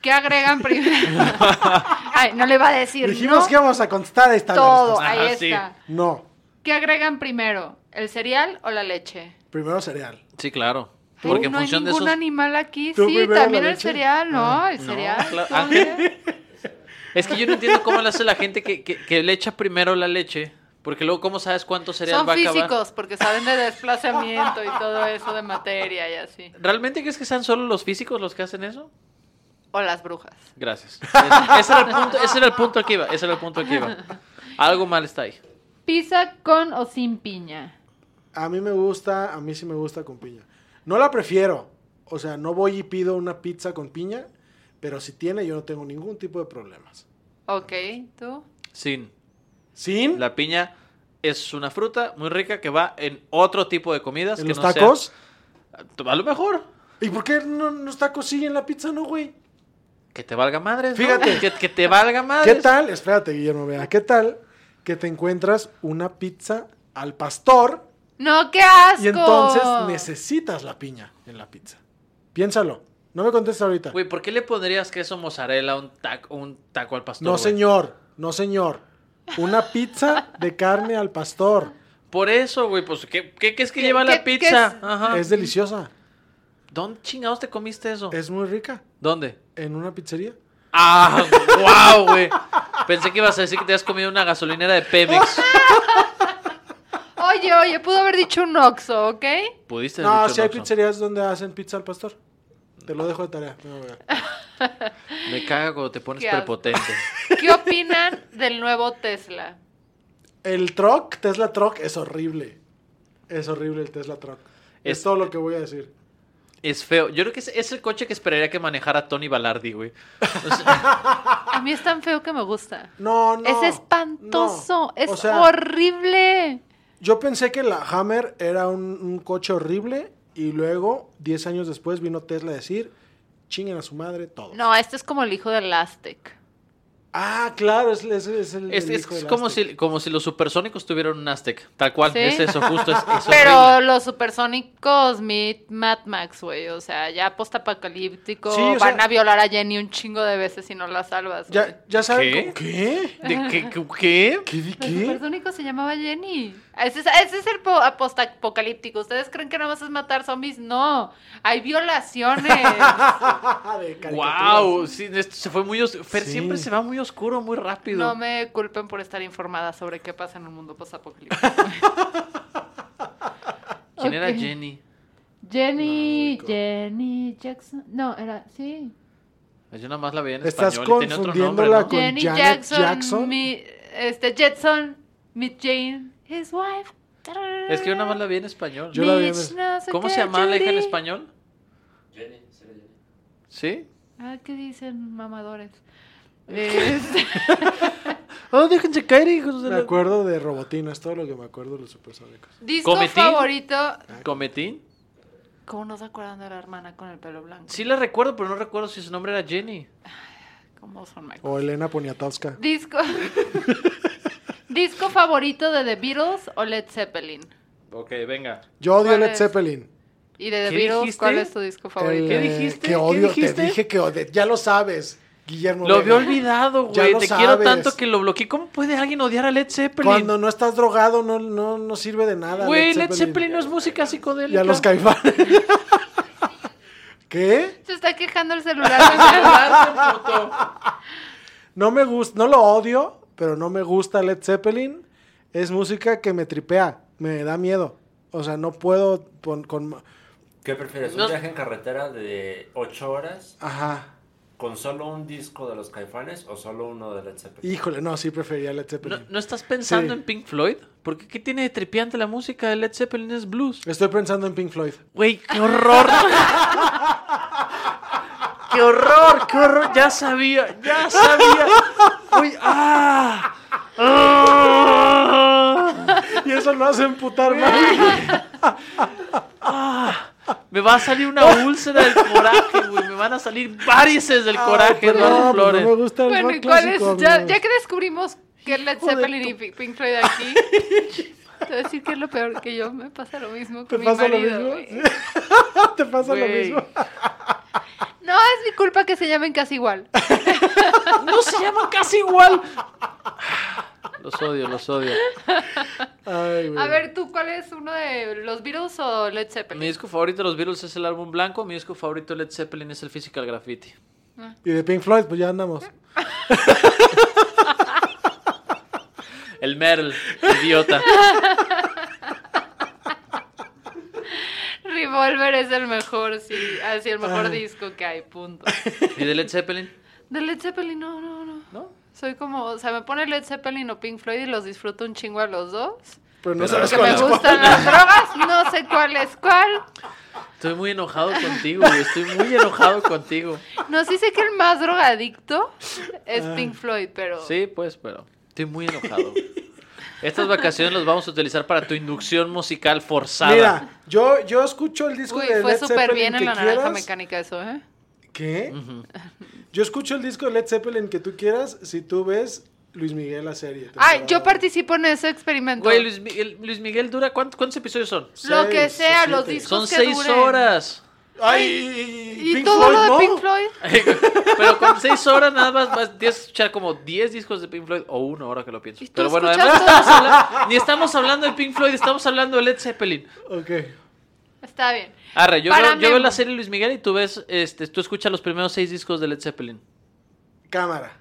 Speaker 3: ¿Qué agregan primero? Ay, no le va a decir
Speaker 4: Dijimos
Speaker 3: no,
Speaker 4: que íbamos a contestar esta
Speaker 3: todo,
Speaker 1: Ah,
Speaker 3: ahí
Speaker 1: sí.
Speaker 3: está.
Speaker 4: No,
Speaker 3: ¿Qué agregan primero, el cereal o la leche?
Speaker 4: primero cereal.
Speaker 1: Sí, claro.
Speaker 3: Ay,
Speaker 1: Porque en
Speaker 3: no hay
Speaker 1: función
Speaker 3: ningún
Speaker 1: de esos... Ah.
Speaker 3: animal aquí,
Speaker 4: ¿Tú
Speaker 3: sí,
Speaker 4: primero
Speaker 3: también
Speaker 4: la
Speaker 3: el
Speaker 4: leche?
Speaker 3: cereal, ¿no? El
Speaker 1: No,
Speaker 3: cereal.
Speaker 1: claro.
Speaker 3: todo bien.
Speaker 1: Ah. Es que yo no entiendo cómo le hace la gente que, que, que le echa primero la leche. Porque luego, ¿cómo sabes cuánto cereal
Speaker 3: Son
Speaker 1: va a acabar?
Speaker 3: físicos, porque saben de desplazamiento y todo eso de materia y así.
Speaker 1: ¿Realmente crees que sean solo los físicos los que hacen eso?
Speaker 3: O las brujas.
Speaker 1: Gracias. Ese, ese era el punto, ese era el punto que iba. Ese era el punto que iba. Algo mal está ahí.
Speaker 3: ¿Pizza con o sin piña?
Speaker 4: A mí me gusta, a mí sí me gusta con piña. No la prefiero. O sea, no voy y pido una pizza con piña, pero si tiene, yo no tengo ningún tipo de problemas.
Speaker 3: Ok, ¿tú?
Speaker 1: Sin.
Speaker 4: ¿Sin?
Speaker 1: La piña es una fruta muy rica que va en otro tipo de comidas.
Speaker 4: ¿En
Speaker 1: que
Speaker 4: los
Speaker 1: no sea-
Speaker 4: tacos?
Speaker 1: a lo mejor.
Speaker 4: ¿Y por qué no, los tacos sí en la pizza, no, güey?
Speaker 1: Que te valga madres. ¿no?
Speaker 4: Fíjate.
Speaker 1: Que, que te valga
Speaker 4: ¿Qué
Speaker 1: madres.
Speaker 4: tal? Espérate, Guillermo, vea. ¿Qué tal que te encuentras una pizza al pastor
Speaker 3: No, qué asco.
Speaker 4: y entonces necesitas la piña en la pizza? Piénsalo. No me contestes ahorita.
Speaker 1: Güey, ¿por qué le pondrías queso mozzarella a un taco, un taco al pastor?
Speaker 4: No,
Speaker 1: güey?
Speaker 4: señor. No, señor. Una pizza de carne al pastor.
Speaker 1: Por eso, güey, pues, ¿qué, qué, qué es que lleva
Speaker 3: qué-
Speaker 1: la
Speaker 3: qué
Speaker 1: pizza?
Speaker 3: es?
Speaker 1: Ajá.
Speaker 4: Es deliciosa.
Speaker 1: ¿Dónde chingados te comiste eso?
Speaker 4: Es muy rica.
Speaker 1: ¿Dónde?
Speaker 4: En una pizzería.
Speaker 1: Ah, wow, güey. Pensé que ibas a decir que te has comido una gasolinera de Pemex.
Speaker 3: Oye, oye, pudo haber dicho un oxo, ¿ok?
Speaker 1: Pudiste haber
Speaker 4: No,
Speaker 1: dicho
Speaker 4: sí hay
Speaker 1: Oxxo.
Speaker 4: pizzerías donde hacen pizza al pastor. Te lo dejo de tarea. No, güey.
Speaker 1: Me caga cuando te pones
Speaker 3: Qué asco.
Speaker 1: prepotente.
Speaker 3: ¿Qué opinan del nuevo Tesla?
Speaker 4: El truck, Tesla truck, es horrible. Es horrible el Tesla truck. Es,
Speaker 1: Es-
Speaker 4: todo lo que voy a decir.
Speaker 1: es feo. Yo creo que es, es el coche que esperaría que manejara Tony Balardi, güey.
Speaker 3: A mí es tan feo que me gusta.
Speaker 4: No, no.
Speaker 3: es
Speaker 4: no.
Speaker 3: espantoso. Es
Speaker 4: O sea,
Speaker 3: horrible.
Speaker 4: Yo pensé que la Hammer era un, un coche horrible y luego, 10 años después, vino Tesla a decir, chinguen a su madre todo.
Speaker 3: No, este es como el hijo del Aztec.
Speaker 4: Ah, claro, es, es- es el...
Speaker 1: Es,
Speaker 4: el
Speaker 1: es
Speaker 4: hijo del
Speaker 1: como,
Speaker 4: Aztec.
Speaker 1: si, como si los supersónicos tuvieran un Aztec. Tal cual,
Speaker 3: Sí.
Speaker 1: es eso, justo. Es, es
Speaker 3: Pero
Speaker 1: horrible.
Speaker 3: los supersónicos, Meet Mad Max, güey. O sea, ya postapocalíptico.
Speaker 4: Sí, o
Speaker 3: van
Speaker 4: sea-
Speaker 3: a violar a Jenny un chingo de veces si no la salvas. güey.
Speaker 4: Ya, ya saben...
Speaker 1: ¿Qué?
Speaker 4: cómo- ¿Qué?
Speaker 1: ¿De qué, qué- qué?
Speaker 4: ¿Qué? di-
Speaker 3: Los
Speaker 4: ¿Qué?
Speaker 3: supersónicos se llamaba Jenny. Ese es, ese es el po- ah, postapocalíptico. ¿Ustedes creen que nada más es matar zombies? No. Hay violaciones.
Speaker 4: de caricaturas.
Speaker 1: ¡Wow! Sí, esto se fue muy os- Fer
Speaker 4: Sí.
Speaker 1: siempre se va muy oscuro, muy rápido.
Speaker 3: no me culpen por estar informada sobre qué pasa en un mundo postapocalíptico.
Speaker 1: ¿Quién era
Speaker 3: Ok.
Speaker 1: Jenny?
Speaker 3: Jenny, Jenny Jackson. No, era, sí.
Speaker 1: Yo nada más la veía en
Speaker 4: Estás
Speaker 1: español y tenía otro nombre.
Speaker 4: confundiéndola
Speaker 1: ¿no?
Speaker 4: con-
Speaker 3: Jenny
Speaker 4: Janet
Speaker 3: Jackson.
Speaker 4: Jackson.
Speaker 3: mi- este, Jetson, Miss Jane, his wife.
Speaker 1: Es que yo nada más la vi en español.
Speaker 4: Yo la vi en-
Speaker 3: Mitch, no sé
Speaker 1: ¿Cómo
Speaker 3: qué,
Speaker 1: se llamaba la hija en
Speaker 3: Judy.
Speaker 1: español?
Speaker 5: Jenny, sí era Jenny.
Speaker 1: ¿Sí?
Speaker 3: Ah, ¿qué dicen mamadores? Este,
Speaker 1: Oh, déjense caer, hijos de
Speaker 4: Me acuerdo de Robotina, es todo lo que me acuerdo de los supersónicos.
Speaker 3: disco
Speaker 1: ¿Cometí?
Speaker 3: favorito.
Speaker 1: ¿Cometín?
Speaker 3: ¿Cómo no se acuerdan de la hermana con el pelo blanco?
Speaker 1: Sí la recuerdo, pero no recuerdo si su nombre era Jenny.
Speaker 3: ¿Cómo
Speaker 1: Oh.
Speaker 3: son Michael?
Speaker 4: O Elena Poniatowska.
Speaker 3: Disco. disco favorito de The Beatles o Led Zeppelin.
Speaker 1: Ok, venga.
Speaker 4: Yo odio
Speaker 3: ¿Cuál
Speaker 4: Led
Speaker 3: es?
Speaker 4: Zeppelin.
Speaker 3: Y de The
Speaker 1: ¿Qué
Speaker 3: Beatles, ¿cuál
Speaker 1: dijiste?
Speaker 3: es tu disco
Speaker 4: El,
Speaker 3: favorito?
Speaker 1: ¿Qué
Speaker 4: eh,
Speaker 1: dijiste?
Speaker 4: Que
Speaker 1: ¿Qué
Speaker 4: odio,
Speaker 1: dijiste?
Speaker 4: te dije que odio. Ya lo sabes, Guillermo.
Speaker 1: Lo había
Speaker 4: Vega.
Speaker 1: olvidado,
Speaker 4: Ya
Speaker 1: güey.
Speaker 4: lo
Speaker 1: Te quiero
Speaker 4: sabes.
Speaker 1: tanto que lo bloqueé. ¿Cómo puede alguien odiar a Led Zeppelin?
Speaker 4: Cuando no estás drogado, no, no, no sirve de nada.
Speaker 1: Güey, Led Zeppelin no es música psicodélica.
Speaker 4: Y a los caifanes. ¿Qué?
Speaker 3: Se está quejando el celular. ¿no?
Speaker 1: Adelante, puto.
Speaker 4: No me gusta, no lo odio, pero no me gusta Led Zeppelin. Es música que me tripea, me da miedo. O sea, no puedo pon- con...
Speaker 5: ¿Qué prefieres? ¿Un
Speaker 1: No-
Speaker 5: viaje en carretera de 8 horas
Speaker 4: Ajá.
Speaker 5: con solo un disco de los caifanes o solo uno de Led Zeppelin?
Speaker 4: Híjole, no, sí prefería Led
Speaker 1: ¿No,
Speaker 4: Zeppelin.
Speaker 1: no estás pensando
Speaker 4: Sí.
Speaker 1: en Pink Floyd? Porque ¿qué tiene de tripiante la música de Led Zeppelin? Es blues.
Speaker 4: Estoy pensando en Pink Floyd.
Speaker 1: Güey, qué horror. qué horror, qué horror. Ya sabía, ya sabía. Uy, ah. Ah.
Speaker 4: Y eso lo hace emputar más.
Speaker 1: Me va a salir una úlcera del coraje, güey. Me van a salir varices del coraje,
Speaker 4: Pero
Speaker 1: Eduardo
Speaker 4: Ah,
Speaker 1: Flores.
Speaker 4: no, pues no me gusta el
Speaker 3: Bueno,
Speaker 4: rock
Speaker 3: ¿y cuál es?
Speaker 4: clásico,
Speaker 3: Ya,
Speaker 4: amigos.
Speaker 3: ya que descubrimos que Led
Speaker 4: Hijo de
Speaker 3: Zeppelin
Speaker 4: tu-
Speaker 3: y Pi- Pink Floyd aquí, te voy a decir que es lo peor que yo. Me pasa lo mismo
Speaker 4: ¿Te
Speaker 3: con mi
Speaker 4: pasa lo
Speaker 3: marido.
Speaker 4: mismo?
Speaker 3: güey.
Speaker 4: ¿Te pasa lo
Speaker 1: Güey.
Speaker 4: mismo?
Speaker 3: No, es mi culpa que se llamen casi igual.
Speaker 1: No se llama casi igual. Los odio, los odio.
Speaker 4: Ay, güey.
Speaker 3: A ver, ¿tú cuál es uno de los Beatles o Led
Speaker 1: Mi
Speaker 3: Zeppelin?
Speaker 1: disco favorito de los Beatles es el álbum blanco. Mi disco favorito de Led Zeppelin es el Physical Graffiti.
Speaker 4: Y de Pink Floyd, pues ya andamos.
Speaker 1: El Merl, idiota.
Speaker 3: Revolver es el mejor, sí. Así, el
Speaker 4: Ah.
Speaker 3: mejor disco que hay, punto.
Speaker 1: ¿Y de Led Zeppelin?
Speaker 3: De Led Zeppelin, no, no, no.
Speaker 1: ¿No?
Speaker 3: Soy como, o sea, me pone Led Zeppelin o Pink Floyd y los disfruto un chingo a los dos.
Speaker 4: Pero no
Speaker 5: Pero
Speaker 4: sabes
Speaker 5: no
Speaker 4: cuál
Speaker 3: Me
Speaker 4: es
Speaker 5: conozco.
Speaker 3: gustan las drogas, no sé cuál es cuál.
Speaker 1: Estoy muy enojado contigo, güey. Estoy muy enojado contigo.
Speaker 3: No, sí sé que el más drogadicto es
Speaker 4: Ah.
Speaker 3: Pink Floyd, pero...
Speaker 1: Sí, pues, pero estoy muy enojado. Estas vacaciones las vamos a utilizar para tu inducción musical forzada.
Speaker 4: Mira, yo, yo escucho el disco
Speaker 3: Uy,
Speaker 4: de
Speaker 3: fue
Speaker 4: Led
Speaker 3: súper
Speaker 4: Zeppelin
Speaker 3: bien
Speaker 4: que
Speaker 3: en la naranja
Speaker 4: quieras.
Speaker 3: mecánica eso, ¿eh?
Speaker 4: ¿Qué? Yo escucho el disco de Led Zeppelin que tú quieras si tú ves Luis Miguel la serie.
Speaker 3: Ay,
Speaker 4: temporada
Speaker 3: yo participo en ese experimento.
Speaker 1: Güey, Luis, Mi- el- Luis Miguel dura. ¿cuántos, cuántos episodios son?
Speaker 3: lo que
Speaker 4: seis,
Speaker 3: sea, los
Speaker 4: siete.
Speaker 3: discos
Speaker 1: Son
Speaker 3: que
Speaker 1: seis
Speaker 3: duren.
Speaker 1: horas.
Speaker 4: Ay,
Speaker 3: Y
Speaker 4: Pink
Speaker 3: todo
Speaker 4: Floyd,
Speaker 3: lo de
Speaker 4: ¿no?
Speaker 3: Pink Floyd.
Speaker 1: Pero con seis horas nada más vas tienes que escuchar como 10 discos de Pink Floyd o uno ahora que lo pienso.
Speaker 3: ¿Y tú
Speaker 1: Pero bueno,
Speaker 3: escuchas
Speaker 1: además
Speaker 3: todos?
Speaker 1: estamos habla- ni estamos hablando de Pink Floyd, estamos hablando de Led Zeppelin.
Speaker 4: Ok.
Speaker 3: Está bien.
Speaker 1: Arre, yo,
Speaker 3: Para
Speaker 1: veo, yo
Speaker 3: mí-
Speaker 1: veo la serie Luis Miguel y tú ves, este, tú escuchas los primeros seis discos de Led Zeppelin.
Speaker 4: Cámara.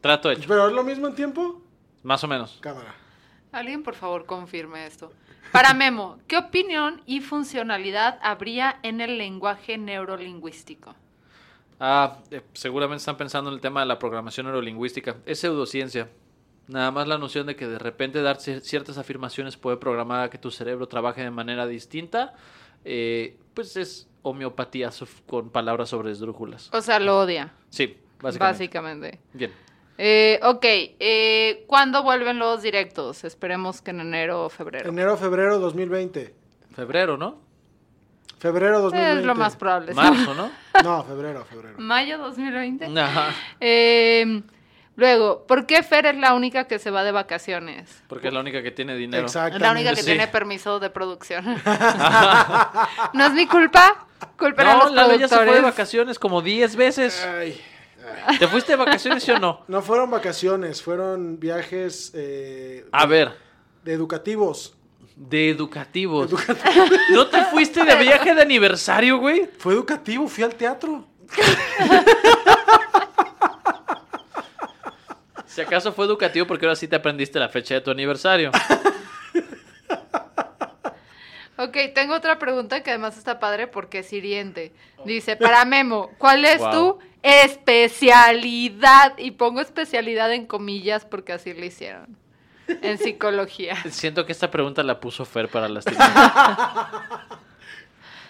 Speaker 1: Trato hecho,
Speaker 4: ¿Pero es lo mismo en tiempo?
Speaker 1: más o menos.
Speaker 4: Cámara.
Speaker 3: Alguien, por favor, confirme esto. Para Memo, ¿qué opinión y funcionalidad habría en el lenguaje neurolingüístico?
Speaker 1: Ah, eh, seguramente están pensando en el tema de la programación neurolingüística. Es pseudociencia. Nada más la noción de que de repente dar cier- ciertas afirmaciones puede programar a que tu cerebro trabaje de manera distinta, eh, pues es homeopatía sof- con palabras sobre esdrújulas.
Speaker 3: O sea, lo odia,
Speaker 1: Sí, básicamente.
Speaker 3: básicamente.
Speaker 1: Bien.
Speaker 3: Eh, ok, eh, ¿cuándo vuelven los directos? Esperemos que en enero o febrero.
Speaker 4: Enero, febrero 2020.
Speaker 1: Febrero, ¿no?
Speaker 4: Febrero 2020.
Speaker 3: Es lo más Mm, probable. sí.
Speaker 1: Marzo, ¿no?
Speaker 4: No, febrero, febrero.
Speaker 3: Mayo 2020.
Speaker 1: Ajá.
Speaker 3: Eh, luego, ¿por qué Fer es la única que se va de vacaciones?
Speaker 1: Porque es la única que tiene dinero.
Speaker 3: Es
Speaker 4: Exactamente.
Speaker 3: la única que
Speaker 1: Sí.
Speaker 3: tiene permiso de producción. no es mi culpa. Culpa a
Speaker 1: No,
Speaker 3: los
Speaker 1: Lalo ya
Speaker 3: productores.
Speaker 1: se fue de vacaciones como 10 veces.
Speaker 4: Ay, ay.
Speaker 1: ¿Te fuiste de vacaciones, sí o no?
Speaker 4: No fueron vacaciones, fueron viajes eh,
Speaker 1: A ver,
Speaker 4: de educativos.
Speaker 1: de educativos. ¿No te fuiste de viaje de aniversario, güey?
Speaker 4: Fue educativo, fui al teatro.
Speaker 1: Si acaso fue educativo porque ahora sí te aprendiste la fecha de tu aniversario.
Speaker 3: Ok, tengo otra pregunta que además está padre porque es hiriente. Dice, para Memo, ¿cuál es
Speaker 1: Wow.
Speaker 3: tu especialidad? Y pongo especialidad en comillas porque así le hicieron. En psicología.
Speaker 1: Siento que esta pregunta la puso Fer para lastimar.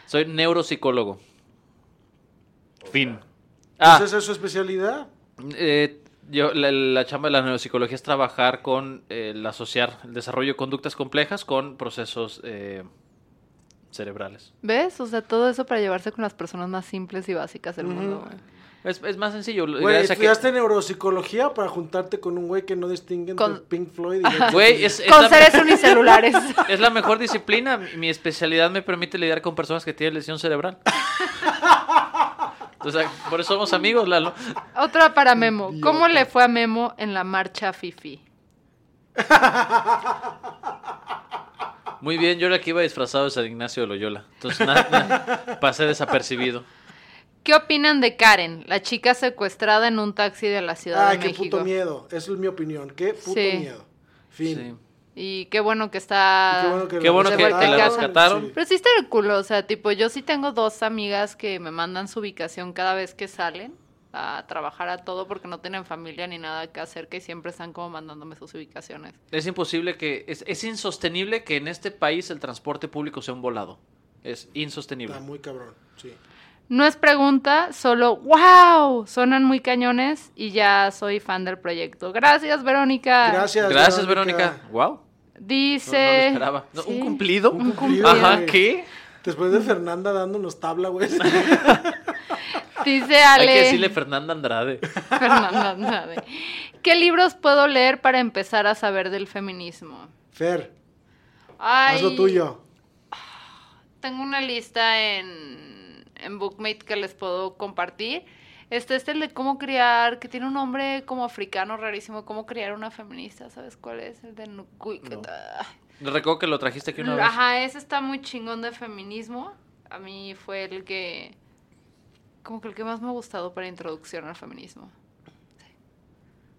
Speaker 1: Soy neuropsicólogo. Fin. Ah,
Speaker 4: Pues esa es su especialidad.
Speaker 1: eh, yo, la, la chamba de la neuropsicología es trabajar con eh, el asociar el desarrollo de conductas complejas con procesos eh, cerebrales.
Speaker 3: ¿Ves? O sea, todo eso para llevarse con las personas más simples y básicas del mundo. güey.
Speaker 1: Es, es más sencillo. lo-
Speaker 4: Güey,
Speaker 1: gracias a que-
Speaker 4: estudiaste neuropsicología para juntarte con un güey que no distingue entre
Speaker 3: Con-
Speaker 4: Pink Floyd y Led
Speaker 1: Güey,
Speaker 4: Zeppelin.
Speaker 1: es, es
Speaker 3: Con
Speaker 1: la-
Speaker 3: seres unicelulares.
Speaker 1: Es la mejor disciplina. Mi especialidad me permite lidiar con personas que tienen lesión cerebral. O sea, por eso somos amigos, Lalo.
Speaker 3: Otra para Memo. ¿Cómo le fue a Memo en la marcha Fifi?
Speaker 1: Muy bien, yo era el que iba disfrazado de San Ignacio de Loyola. Entonces, nada, nada, pasé desapercibido.
Speaker 3: ¿Qué opinan de Karen, la chica secuestrada en un taxi de la Ciudad
Speaker 4: Ay,
Speaker 3: de
Speaker 4: qué
Speaker 3: México?
Speaker 4: puto miedo. Esa es mi opinión. Qué puto
Speaker 3: Sí.
Speaker 4: miedo. Fin.
Speaker 1: Sí.
Speaker 3: Y qué bueno que está.
Speaker 1: Qué
Speaker 4: la
Speaker 1: bueno
Speaker 3: que- que la
Speaker 4: Ah,
Speaker 1: rescataron.
Speaker 4: sí.
Speaker 3: Pero sí está el culo, o sea, tipo, yo sí tengo dos amigas que me mandan su ubicación cada vez que salen a trabajar a todo porque no tienen familia ni nada que hacer, que siempre están como mandándome sus ubicaciones.
Speaker 1: Es imposible que. Es, es insostenible que en este país el transporte público sea un volado. Es insostenible.
Speaker 4: Está muy cabrón. Sí.
Speaker 3: No es pregunta, solo wow, sonan muy cañones y ya soy fan del proyecto. Gracias, Verónica.
Speaker 4: Gracias.
Speaker 1: Gracias, Verónica. Wow. No, no lo
Speaker 3: Dice.
Speaker 1: esperaba. No,
Speaker 3: Sí.
Speaker 1: ¿Un cumplido?
Speaker 4: Un cumplido,
Speaker 1: Ajá,
Speaker 4: güey.
Speaker 1: ¿qué?
Speaker 4: Después de Fernanda dándonos tabla, güey.
Speaker 3: Dice
Speaker 1: Hay
Speaker 3: Ale.
Speaker 1: que decirle Fernanda Andrade.
Speaker 3: Fernanda Andrade. ¿Qué libros puedo leer para empezar a saber del feminismo?
Speaker 4: Fer,
Speaker 3: Ay,
Speaker 4: haz lo tuyo.
Speaker 3: Tengo una lista en, en Bookmate que les puedo compartir. Este es el de cómo criar, que tiene un nombre como africano rarísimo, cómo criar una feminista, ¿sabes cuál es? El de Nukuik.
Speaker 1: Recuerdo que lo trajiste aquí una vez.
Speaker 3: Mm, Ajá, ese está muy chingón de feminismo. A mí fue el que, como que el que más me ha gustado para introducción al feminismo.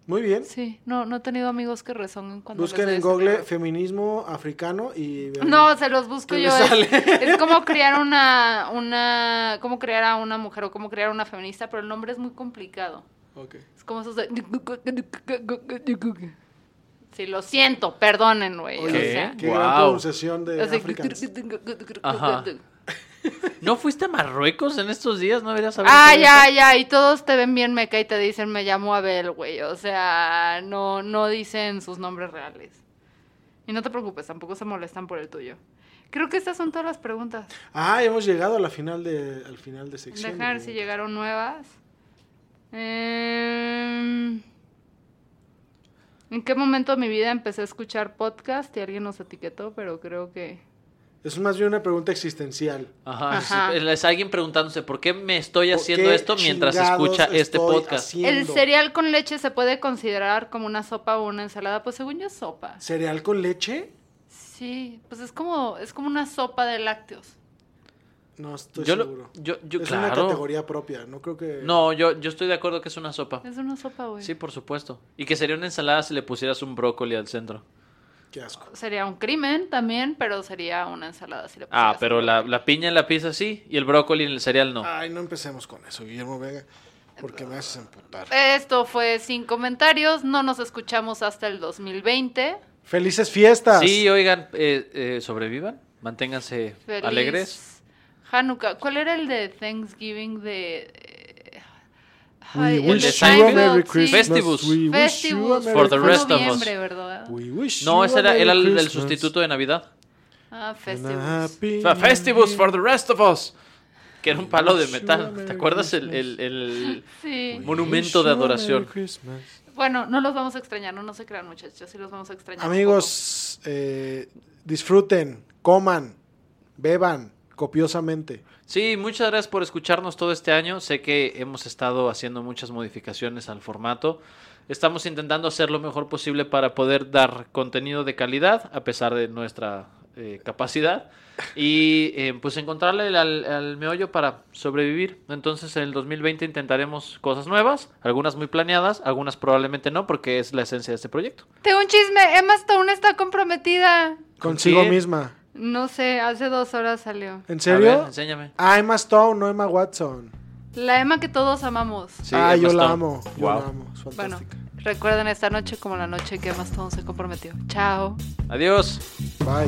Speaker 4: Muy bien.
Speaker 3: Sí, no, no he tenido amigos que rezonguen cuando les
Speaker 4: Busquen
Speaker 3: doy
Speaker 4: en
Speaker 3: ese
Speaker 4: Google
Speaker 3: tema.
Speaker 4: feminismo africano y. verán.
Speaker 3: No, se los busco
Speaker 4: ¿Qué
Speaker 3: yo.
Speaker 4: les
Speaker 3: Es,
Speaker 4: sale?
Speaker 3: es como crear una, una, como crear a una mujer o como crear a una feminista, pero el nombre es muy complicado.
Speaker 4: Ok.
Speaker 3: Es como esos de... Sí, lo siento, perdonen, güey. O
Speaker 1: Oye,
Speaker 3: sea,
Speaker 4: Qué
Speaker 1: Wow.
Speaker 4: gran pronunciación de
Speaker 3: así-
Speaker 4: africanos.
Speaker 1: Ajá. ¿No fuiste a Marruecos en estos días? No deberías saber.
Speaker 3: Ay, ay, ay, Ah, y todos te ven bien meca y te dicen me llamo Abel, güey. O sea, no, no dicen sus nombres reales. Y no te preocupes, tampoco se molestan por el tuyo. Creo que estas son todas las preguntas.
Speaker 4: Ah, hemos llegado a la final de, al final de sección.
Speaker 3: Dejar ver si
Speaker 4: güey.
Speaker 3: llegaron nuevas. Em, ¿En qué momento de mi vida empecé a escuchar podcast? Y alguien nos etiquetó, pero creo que...
Speaker 4: Es más bien una pregunta existencial.
Speaker 1: Ajá. es-
Speaker 3: Ajá.
Speaker 1: Es, alguien preguntándose por qué me estoy
Speaker 4: ¿Por
Speaker 1: haciendo
Speaker 4: qué
Speaker 1: esto mientras
Speaker 4: chingados
Speaker 1: escucha este
Speaker 4: estoy
Speaker 1: podcast.
Speaker 3: ¿El
Speaker 4: haciendo
Speaker 3: cereal con leche se puede considerar como una sopa o una ensalada? Pues según yo, sopa.
Speaker 4: ¿Cereal con leche?
Speaker 3: Sí, pues es como, es como una sopa de lácteos.
Speaker 4: No estoy
Speaker 1: Yo lo-
Speaker 4: seguro.
Speaker 1: yo- yo-
Speaker 4: es una
Speaker 1: claro.
Speaker 4: categoría propia, no creo que.
Speaker 1: No, yo, yo estoy de acuerdo que es una sopa.
Speaker 3: Es una sopa, güey.
Speaker 1: Sí, por supuesto. Y que sería una ensalada si le pusieras un brócoli al centro.
Speaker 4: Qué asco.
Speaker 3: Sería un crimen también, pero sería una ensalada si le
Speaker 1: Ah,
Speaker 3: pusieras
Speaker 1: pero
Speaker 3: un
Speaker 1: la,
Speaker 3: brócoli.
Speaker 1: la piña en la pizza sí y el brócoli en el cereal no.
Speaker 4: Ay, no empecemos con eso, Guillermo Vega. Porque me haces emputar.
Speaker 3: Esto fue Sin Comentarios. No nos escuchamos hasta el 2020.
Speaker 4: ¡Felices fiestas!
Speaker 1: Sí, oigan, eh, eh, sobrevivan, manténganse
Speaker 3: Feliz
Speaker 1: alegres.
Speaker 3: Hanukkah. ¿Cuál era el de Thanksgiving de... eh,
Speaker 4: We
Speaker 3: ay, el de
Speaker 4: wish you a
Speaker 3: Seinfeld,
Speaker 4: Merry
Speaker 3: sí.
Speaker 4: Christmas.
Speaker 1: Festivus.
Speaker 4: We wish you a
Speaker 3: Festivus.
Speaker 4: Merry
Speaker 1: For the
Speaker 3: fue en
Speaker 1: rest of us.
Speaker 3: noviembre, ¿verdad?
Speaker 4: We wish you
Speaker 1: No,
Speaker 4: a
Speaker 1: ese era,
Speaker 4: Merry
Speaker 1: era el, el
Speaker 4: Christmas.
Speaker 1: sustituto de Navidad.
Speaker 3: Ah,
Speaker 4: And
Speaker 3: Festivus.
Speaker 4: a happy
Speaker 1: Fe- Festivus for the rest of us. Que era un palo de
Speaker 4: Wish you a
Speaker 1: metal.
Speaker 4: Merry
Speaker 1: ¿Te acuerdas el, el-
Speaker 4: Christmas.
Speaker 1: el
Speaker 3: Sí.
Speaker 1: monumento de
Speaker 4: Wish you a
Speaker 1: adoración?
Speaker 4: Merry Christmas.
Speaker 3: Bueno, no los vamos a extrañar, no, no se crean muchachos, sí los vamos a extrañar. un
Speaker 4: Amigos, eh, disfruten, coman, beban copiosamente.
Speaker 1: Sí, muchas gracias por escucharnos todo este año. Sé que hemos estado haciendo muchas modificaciones al formato. Estamos intentando hacer lo mejor posible para poder dar contenido de calidad a pesar de nuestra eh, capacidad y eh, pues encontrarle el- al, al meollo para sobrevivir. Entonces en el 2020 intentaremos cosas nuevas, algunas muy planeadas, algunas probablemente no porque es la esencia de este proyecto.
Speaker 3: poco. Tengo un chisme, Emma Stone está comprometida.
Speaker 4: Consigo
Speaker 1: quién?
Speaker 4: misma.
Speaker 3: No sé, hace dos horas salió.
Speaker 4: ¿En
Speaker 1: A
Speaker 4: serio?
Speaker 1: ver, enséñame.
Speaker 4: ah, Emma Stone, no Emma Watson.
Speaker 3: La Emma que todos amamos.
Speaker 1: Sí,
Speaker 4: ah,
Speaker 1: Emma
Speaker 4: yo la
Speaker 1: Stone.
Speaker 4: amo. Yo
Speaker 1: Wow.
Speaker 4: la amo. Es
Speaker 3: Bueno,
Speaker 4: fantástica.
Speaker 3: recuerden esta noche como la noche que Emma Stone se comprometió. Chao.
Speaker 1: Adiós.
Speaker 4: Bye.